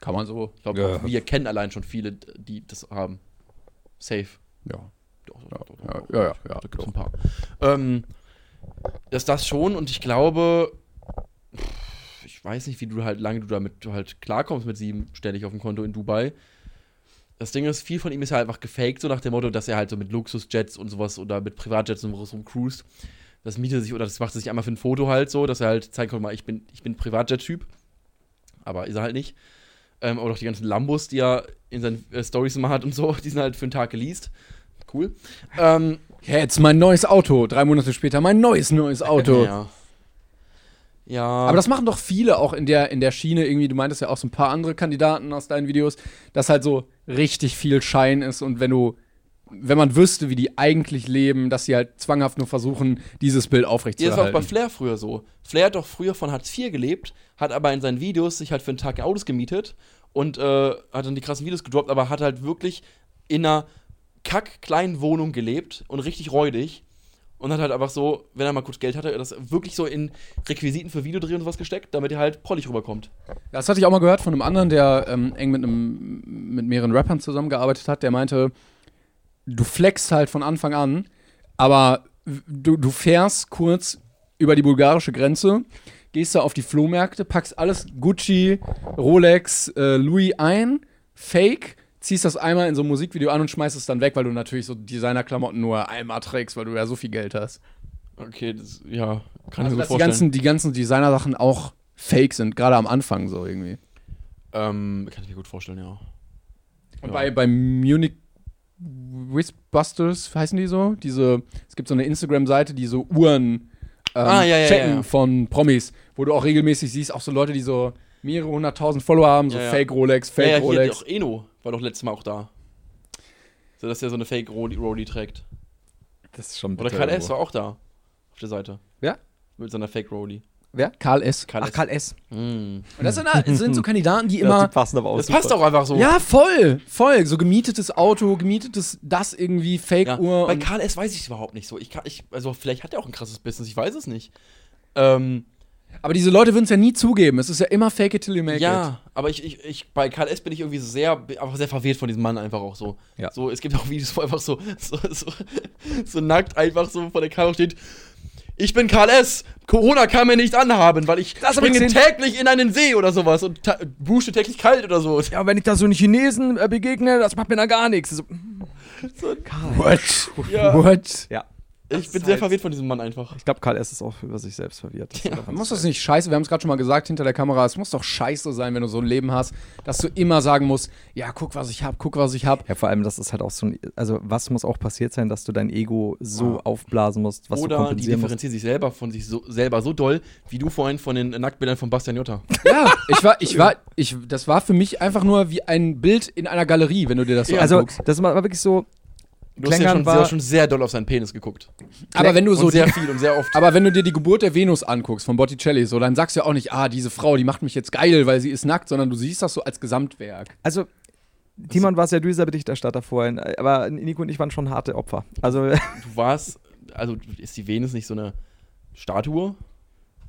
S2: Kann man so.
S3: Ich glaube,
S2: ja.
S3: wir kennen allein schon viele, die das haben. Safe.
S2: Ja.
S3: Doch, doch, doch, doch,
S2: Ja,
S3: doch.
S2: ja, ja, ja,
S3: Da gibt's ein paar. Ähm, das das schon und ich glaube, pff, ich weiß nicht, wie du halt lange du damit halt klarkommst mit siebenstellig auf dem Konto in Dubai. Das Ding ist, viel von ihm ist halt einfach gefaked, so nach dem Motto, dass er halt so mit Luxusjets und sowas oder mit Privatjets und sowas rumcruist. Das mietet sich oder das macht er sich einmal für ein Foto halt so, dass er halt zeigen kann, guck mal, ich bin, ich bin Privatjet-Typ. Aber ist er halt nicht. Ähm, aber auch die ganzen Lambos, die er in seinen äh, Stories immer hat und so, die sind halt für einen Tag geleast. Cool. Ähm,
S2: Ja, Jetzt mein neues Auto. Drei Monate später mein neues, neues Auto.
S3: Ja. ja.
S2: Aber das machen doch viele auch in der, in der Schiene irgendwie. Du meintest ja auch so ein paar andere Kandidaten aus deinen Videos, dass halt so richtig viel Schein ist und wenn du, wenn man wüsste, wie die eigentlich leben, dass sie halt zwanghaft nur versuchen, dieses Bild
S3: ja, das war auch bei
S2: aufrechtzuerhalten.
S3: Flair früher so. Flair hat doch früher von Hartz IV gelebt, hat aber in seinen Videos sich halt für einen Tag Autos gemietet und äh, hat dann die krassen Videos gedroppt, aber hat halt wirklich in einer kack kleinen Wohnung gelebt und richtig räudig. Und hat halt einfach so, wenn er mal kurz Geld hatte, das wirklich so in Requisiten für Videodreh und sowas gesteckt, damit er halt pollig rüberkommt.
S2: Das hatte ich auch mal gehört von einem anderen, der ähm, eng mit einem mit mehreren Rappern zusammengearbeitet hat, der meinte, du flexst halt von Anfang an, aber w- du, du fährst kurz über die bulgarische Grenze, gehst da auf die Flohmärkte, packst alles Gucci, Rolex, äh, Louis ein, Fake, ziehst das einmal in so ein Musikvideo an und schmeißt es dann weg, weil du natürlich so Designerklamotten nur einmal trägst, weil du ja so viel Geld hast.
S3: Okay, das, ja, kann
S2: Also, dass die
S3: ich mir vorstellen.
S2: ganzen, die ganzen Designer-Sachen auch fake sind, gerade am Anfang so irgendwie.
S3: ähm, kann ich mir gut vorstellen, ja.
S2: Und
S3: Ja.
S2: bei, bei Munich Whizbusters heißen die so? Diese, es gibt so eine Instagram-Seite, die so Uhren ähm,
S3: Ah, ja, ja,
S2: checken
S3: ja, ja.
S2: von Promis, wo du auch regelmäßig siehst, auch so Leute, die so mehrere hunderttausend Follower haben, so
S3: Ja, ja.
S2: Fake Rolex, Fake
S3: ja, ja, hier
S2: Rolex.
S3: auch Eno war doch letztes Mal auch da. So, dass er so eine Fake Rolli, Rolli trägt.
S4: Das ist schon
S3: Oder
S4: bitter
S3: Karl
S4: irgendwo.
S3: S. war auch da. Auf der Seite.
S2: Wer?
S3: Mit seiner Fake Rolli.
S2: Wer? Karl S.
S3: Karl
S4: Ach,
S3: S.
S4: Karl S.
S3: Mm.
S2: Und das sind, sind so Kandidaten, die
S4: Ja,
S2: immer.
S4: die passen aber auch
S3: Das
S4: super.
S3: passt auch einfach so.
S2: Ja, voll, voll. So gemietetes Auto, gemietetes das irgendwie,
S3: Ja,
S2: Fake-Uhr.
S3: Bei
S2: und-
S3: Karl S. weiß ich es überhaupt nicht so. Ich kann, ich, also, vielleicht hat er auch ein krasses Business, ich weiß es nicht. Ähm,
S2: aber diese Leute würden es ja nie zugeben. Es ist ja immer Fake it till you make it.
S3: ja, aber ich, ich, ich, bei Karl S. bin ich irgendwie sehr, bin einfach sehr verwirrt von diesem Mann einfach auch so.
S4: Ja.
S3: So, es gibt auch Videos, wo einfach so, so, so, so nackt einfach so vor der Kamera steht. Ich bin Karl S. Corona kann mir nicht anhaben, weil ich
S4: Das hab ich
S3: springe
S4: gesehen.
S3: täglich in einen See oder sowas und ta- dusche täglich kalt oder so.
S4: Ja, wenn ich da so einen Chinesen äh, begegne, das macht mir da gar nichts. So,
S3: So-
S4: Karl.
S2: What?
S3: Ja.
S2: What?
S4: Ja,
S3: Ich bin
S4: ist
S3: sehr
S4: halt-
S3: verwirrt von diesem Mann einfach.
S4: ich glaube, Karl S. ist auch über sich selbst verwirrt. Das ist
S2: Muss das nicht scheiße, wir haben es gerade schon mal gesagt hinter der Kamera, es muss doch scheiße sein, wenn du so ein Leben hast, dass du immer sagen musst, ja, guck, was ich hab, guck, was ich hab.
S4: Ja, vor allem, das ist halt auch so ein. Also, was muss auch passiert sein, dass du dein Ego so aufblasen musst, was du
S3: Oder die
S4: kompensieren musst?
S3: differenzieren sich selber von sich so, selber so doll, wie du vorhin von den Nacktbildern von Bastian Jotta.
S2: Ja, ich war, ich war, ich, das war für mich einfach nur wie ein Bild in einer Galerie, wenn du dir das so
S3: Ja.
S4: Also,
S2: anguckst.
S4: das war wirklich so.
S3: Du hast ja
S4: Klängern
S3: schon,
S4: war-
S3: sehr, schon sehr doll auf seinen Penis geguckt.
S2: Aber wenn du so,
S3: und sehr viel und sehr oft.
S2: aber wenn du dir die Geburt der Venus anguckst von Botticelli, so, dann sagst du ja auch nicht, ah, diese Frau, die macht mich jetzt geil, weil sie ist nackt, sondern du siehst das so als Gesamtwerk.
S4: Also, Timon war sehr düster Berichterstatter vorhin, aber Nico und ich waren schon harte Opfer. Also,
S3: Du warst, also ist die Venus nicht so eine Statue?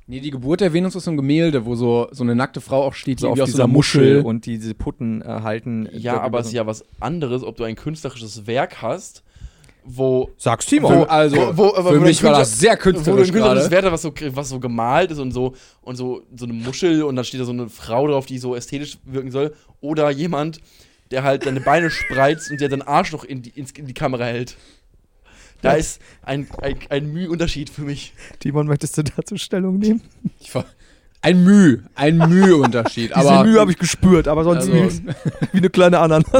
S2: Nee, die Geburt der Venus ist so ein Gemälde, wo so, so eine nackte Frau auch steht, die
S4: so auf
S2: irgendwie aus so
S4: dieser
S2: einer
S4: Muschel und diese Putten äh, halten.
S3: Ja, aber es ist ja was anderes, ob du ein künstlerisches Werk hast, wo.
S4: Sag's
S2: Wo,
S4: Timon.
S2: also,
S3: Wo- wo- wo
S2: für
S3: du
S2: mich
S3: ein
S2: war
S3: Künstler-
S2: das sehr
S3: Wo du ein
S2: künstlerisch gerade.
S3: künstlerisches Werk hast, was so, was so gemalt ist und so und so, so eine Muschel und dann steht da so eine Frau drauf, die so ästhetisch wirken soll. Oder jemand, der halt seine Beine spreizt und der seinen Arsch noch in die, ins, in die Kamera hält. Da ist ein, ein, ein Mühunterschied für mich.
S4: Timon, möchtest du dazu Stellung nehmen?
S2: Ich war, ein Müh, ein Müh-Unterschied.
S4: Diese
S2: aber,
S4: Mühe habe ich gespürt, aber sonst
S2: Also-
S4: nichts. Wie eine kleine Ananas.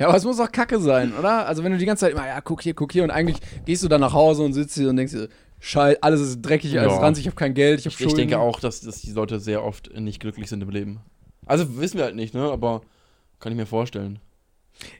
S2: Ja, aber es muss auch kacke sein, oder? Also wenn du die ganze Zeit immer, ja, guck hier, guck hier und eigentlich gehst du dann nach Hause und sitzt hier und denkst dir, Scheiße, alles ist dreckig, alles
S3: Ja.
S2: ist ranzig, ich habe kein Geld, ich habe
S3: Ich,
S2: Schulden.
S3: ich denke auch, dass, dass die Leute sehr oft nicht glücklich sind im Leben. Also wissen wir halt nicht, ne? Aber kann ich mir vorstellen.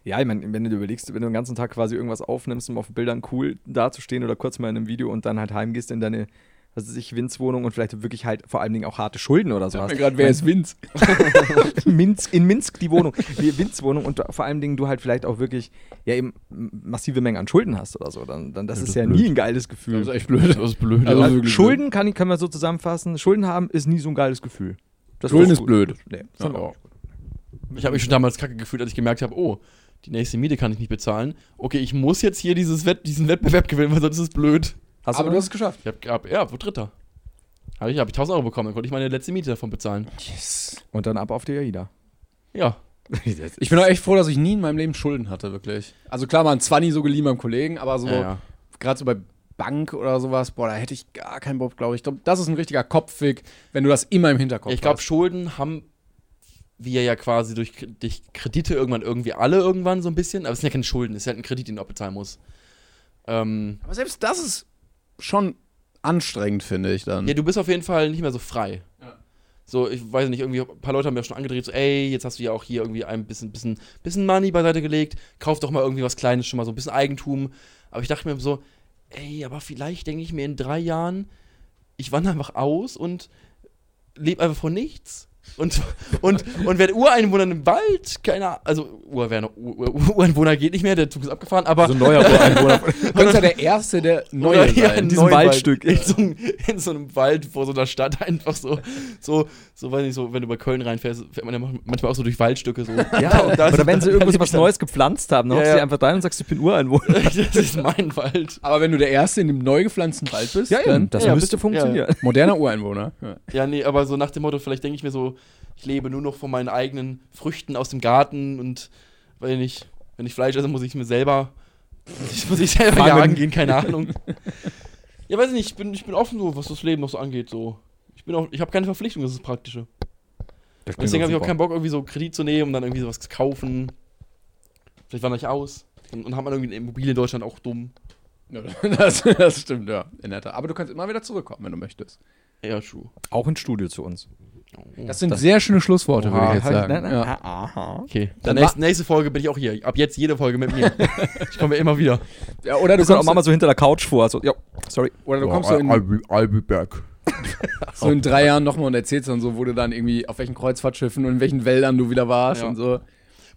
S4: Ja, ich meine, wenn du dir überlegst, wenn du den ganzen Tag quasi irgendwas aufnimmst, um auf Bildern cool dazustehen oder kurz mal in einem Video und dann halt heimgehst in deine, was weiß ich, Winzwohnung und vielleicht wirklich halt vor allen Dingen auch harte Schulden oder so
S2: Ich
S4: hast.
S2: mir gerade, wer ist Vince?
S3: Hm.
S4: Minsk, in Minsk die Wohnung, die Winzwohnung und vor allen Dingen du halt vielleicht auch wirklich ja eben massive Mengen an Schulden hast oder so, dann, dann das ist ja nie ein geiles Gefühl.
S2: Das ist echt blöd.
S3: ist blöd.
S2: Also-
S3: Also,
S4: Also
S2: wirklich
S4: Schulden kann ich, können wir so zusammenfassen. Schulden haben ist nie so ein geiles Gefühl. Das
S2: Schulden
S4: doch
S2: ist blöd.
S4: Nee, das
S2: Ja,
S4: fand ich auch
S2: ja.
S4: nicht gut.
S3: ich habe mich schon damals kacke gefühlt, als ich gemerkt habe, oh, die nächste Miete kann ich nicht bezahlen. Okay, ich muss jetzt hier dieses Wett, diesen Wettbewerb gewinnen, weil sonst ist es blöd.
S4: Hast
S2: aber du
S4: du noch-
S2: hast es geschafft.
S3: Ich habe, hab, ja, wo Dritter. Habe ich, hab ich 1000 Euro bekommen, dann konnte ich meine letzte Miete davon bezahlen.
S2: Yes.
S4: und dann ab auf die AIDA.
S3: Ja.
S2: Ich bin auch echt froh, dass ich nie in meinem Leben Schulden hatte, wirklich. Also klar, mal ein 20 so geliehen beim Kollegen, aber so,
S3: ja, ja.
S2: gerade so bei Bank oder sowas, boah, da hätte ich gar keinen Bock, glaube ich. Ich glaub, das ist ein richtiger Kopfweg, wenn du das immer im Hinterkopf
S3: Ich glaube,
S2: hast.
S3: Schulden haben wir ja quasi durch, K- durch Kredite irgendwann irgendwie alle irgendwann so ein bisschen. Aber es sind ja keine Schulden, es ist ja halt ein Kredit, den du abbezahlen musst. Ähm,
S2: Aber selbst das ist schon anstrengend, finde ich dann.
S3: ja, du bist auf jeden Fall nicht mehr so frei. So, ich weiß nicht, irgendwie ein paar Leute haben mir schon angedreht, so, ey, jetzt hast du ja auch hier irgendwie ein bisschen, bisschen, bisschen Money beiseite gelegt, kauf doch mal irgendwie was Kleines schon mal, so ein bisschen Eigentum. Aber ich dachte mir so, ey, aber vielleicht denke ich mir in drei Jahren, ich wandere einfach aus und lebe einfach von nichts. Und, und, und werde Ureinwohner im Wald, keiner, also Urwerner, Ur, Ur, Ureinwohner geht nicht mehr, der Zug ist abgefahren, aber.
S4: So ein neuer Ureinwohner.
S2: Du bist ja der Erste, der neue
S3: Oder hier
S2: sein.
S4: diesem
S3: Neuwald.
S4: Waldstück.
S3: In so, einem, in so einem Wald vor so einer Stadt einfach so, so, so weiß nicht, so, wenn du über Köln reinfährst, fährt man ja manchmal auch so durch Waldstücke so.
S4: Ja, oder wenn sie irgendwas
S3: lebe
S4: was
S3: ich dann.
S4: Neues gepflanzt haben, dann
S3: Ja,
S4: hockst du
S3: ja.
S4: einfach rein und sagst, ich bin Ureinwohner.
S3: das ist mein Wald.
S2: Aber wenn du der Erste in dem neu gepflanzten Wald bist, dann
S4: das
S3: Ja,
S4: müsste
S3: bitte.
S4: funktionieren.
S2: moderner Ureinwohner. Ja.
S3: Ja, nee, aber so nach dem Motto, vielleicht denke ich mir so, ich lebe nur noch von meinen eigenen Früchten aus dem Garten und weil ich, wenn ich Fleisch esse, muss ich mir selber, ich muss ich selber
S2: Fangen.
S3: jagen gehen, keine Ahnung. Ja, weiß ich nicht, ich bin, ich bin offen so, was das Leben noch so angeht, so. Ich bin auch, ich habe keine Verpflichtung, das ist das Praktische. Und deswegen habe ich auch keinen Bock, irgendwie so Kredit zu nehmen und dann irgendwie sowas zu kaufen. Vielleicht wandere ich aus. Und, und hat man irgendwie eine Immobilie in Deutschland auch dumm.
S2: Ja, Das, das stimmt, ja. In der Tat. Aber du kannst immer wieder zurückkommen, wenn du möchtest.
S3: Ja, true.
S4: Auch ins Studio zu uns.
S2: Das sind sehr schöne Schlussworte, würde ich
S3: halt,
S2: jetzt sagen.
S3: ne,
S4: Nein, nein,
S2: ja.
S4: Aha.
S3: Okay. Dann
S2: Dann
S3: nächste, nächste Folge bin ich auch hier. Ab jetzt jede Folge mit mir. ich komme immer wieder.
S2: Ja, oder du
S4: Das kommt auch
S2: kommst,
S4: mal so hinter der Couch vor. So, ja, sorry.
S2: oder du
S3: Oh,
S2: kommst so, in, so in drei Jahren nochmal und erzählst dann so, wo du dann irgendwie auf welchen Kreuzfahrtschiffen und in welchen Wäldern du wieder warst
S3: Ja.
S2: und so.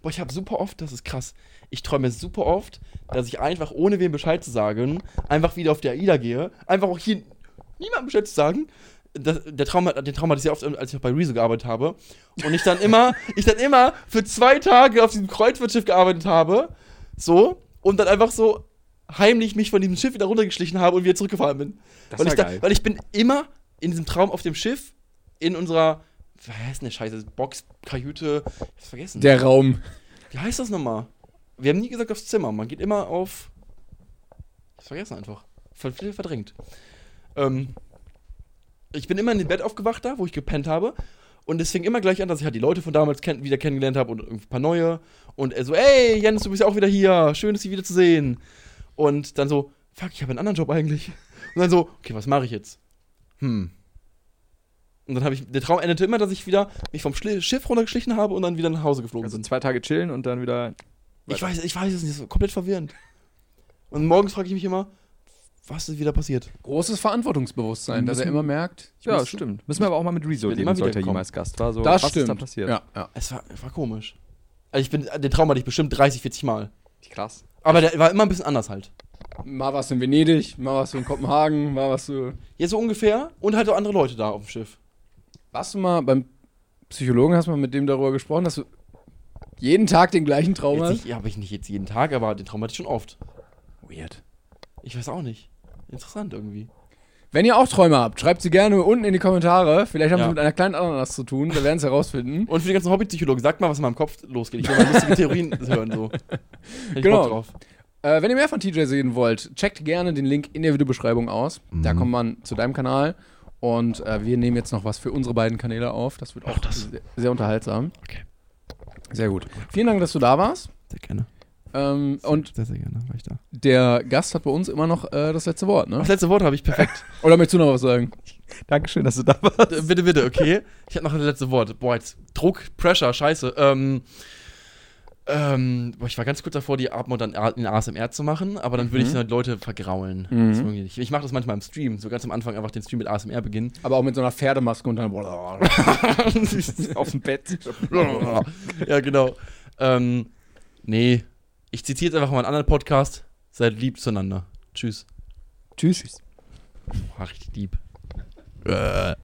S3: Boah, ich habe super oft, das ist krass. Ich träume super oft, dass ich einfach, ohne wem Bescheid zu sagen, einfach wieder auf die AIDA gehe. Einfach auch hier niemandem Bescheid zu sagen. Das, der Traum, hat- den Traum hatte ich sehr oft, als ich noch bei Rezo gearbeitet habe. Und ich dann immer, ich dann immer für zwei Tage auf diesem Kreuzfahrtschiff gearbeitet habe. So. Und dann einfach so heimlich mich von diesem Schiff wieder runtergeschlichen habe und wieder zurückgefahren bin.
S4: Das
S3: weil,
S4: war
S3: ich da,
S4: geil.
S3: weil ich bin immer in diesem Traum auf dem Schiff, in unserer, was heißt denn der Scheiße, Boxkajüte, ich hab's vergessen.
S2: Der Raum.
S3: Wie heißt das nochmal? Wir haben nie gesagt aufs Zimmer. Man geht immer auf. Ich hab's vergessen einfach. Ver ver- verdrängt. Ähm, ich bin immer in dem Bett aufgewacht da, wo ich gepennt habe. Und es fing immer gleich an, dass ich halt die Leute von damals kenn wieder kennengelernt habe und ein paar neue. Und er so, ey, Jens, du bist ja auch wieder hier. Schön, dich wieder zu sehen. Und dann so, fuck, ich habe einen anderen Job eigentlich. Und dann so, okay, was mache ich jetzt? Hm. Und dann habe ich, der Traum endete immer, dass ich wieder mich vom Schli Schiff runtergeschlichen habe und dann wieder nach Hause geflogen
S4: Also
S3: bin.
S4: zwei Tage chillen und dann wieder.
S3: Ich weiß, ich weiß es nicht, das ist komplett verwirrend. Und morgens frage ich mich immer, was ist wieder passiert?
S2: Großes Verantwortungsbewusstsein, dass er immer merkt. ich muss-
S4: stimmt. Müssen wir aber auch mal mit Rezo
S3: bin
S4: reden,
S3: immer
S4: sollte er
S3: wiedergekommen.
S4: jemals Gast war. So,
S2: Das
S4: was
S2: stimmt.
S4: ist da passiert?
S2: Ja, ja.
S3: Es war, es war komisch. Also ich bin, den Traum hatte ich bestimmt 30, 40 Mal.
S4: Krass.
S3: Aber der war immer ein bisschen anders halt.
S2: Mal warst du in Venedig, mal warst du in Kopenhagen, mal warst du.
S3: Ja, so ungefähr. Und halt auch andere Leute da auf dem Schiff.
S2: Warst du mal beim Psychologen, hast du mal mit dem darüber gesprochen, dass du jeden Tag den gleichen Traum hast?
S3: Jetzt nicht, habe ich nicht jetzt jeden Tag, aber den Traum hatte ich schon oft.
S2: Weird.
S3: Ich weiß auch nicht. Interessant irgendwie.
S2: Wenn ihr auch Träume habt, schreibt sie gerne unten in die Kommentare. Vielleicht haben
S3: Ja.
S2: sie mit einer kleinen Ananas zu tun, wir werden es herausfinden.
S3: Und für die ganzen Hobbypsychologen, sagt mal, was in meinem Kopf losgeht. Ich will mal lustige Theorien hören so. Hätte ich
S2: Genau.
S3: Bock drauf.
S2: Äh, wenn ihr mehr von TJ sehen wollt, checkt gerne den Link in der Videobeschreibung aus. Da kommt man zu deinem Kanal. Und äh, wir nehmen jetzt noch was für unsere beiden Kanäle auf. Das wird auch
S3: das.
S2: Sehr, sehr unterhaltsam.
S3: Okay.
S2: Sehr gut. Vielen Dank, dass du da warst.
S3: Sehr gerne.
S2: Ähm, und
S3: Sehr, sehr gerne war ich da.
S2: der Gast hat bei uns immer noch äh, das letzte Wort, ne?
S3: Das letzte Wort habe ich perfekt.
S2: Oder möchtest du noch was sagen?
S4: Dankeschön, dass du da warst.
S3: Äh, bitte, bitte, okay. Ich habe noch das letzte Wort. Boah, jetzt Druck, Pressure, scheiße. Ähm, ähm, boah, ich war ganz kurz davor, die Atmung dann A- in ASMR zu machen, aber dann würde ich dann Leute vergraulen. Das ist irgendwie nicht- Ich mache das manchmal im Stream, so ganz am Anfang einfach den Stream mit ASMR beginnen.
S2: Aber auch mit so einer Pferdemaske und dann.
S4: Auf dem Bett.
S3: ja, genau. Ähm, nee, ich zitiere jetzt einfach mal einen anderen Podcast. Seid lieb zueinander. Tschüss.
S4: Tschüss.
S3: Boah, richtig lieb.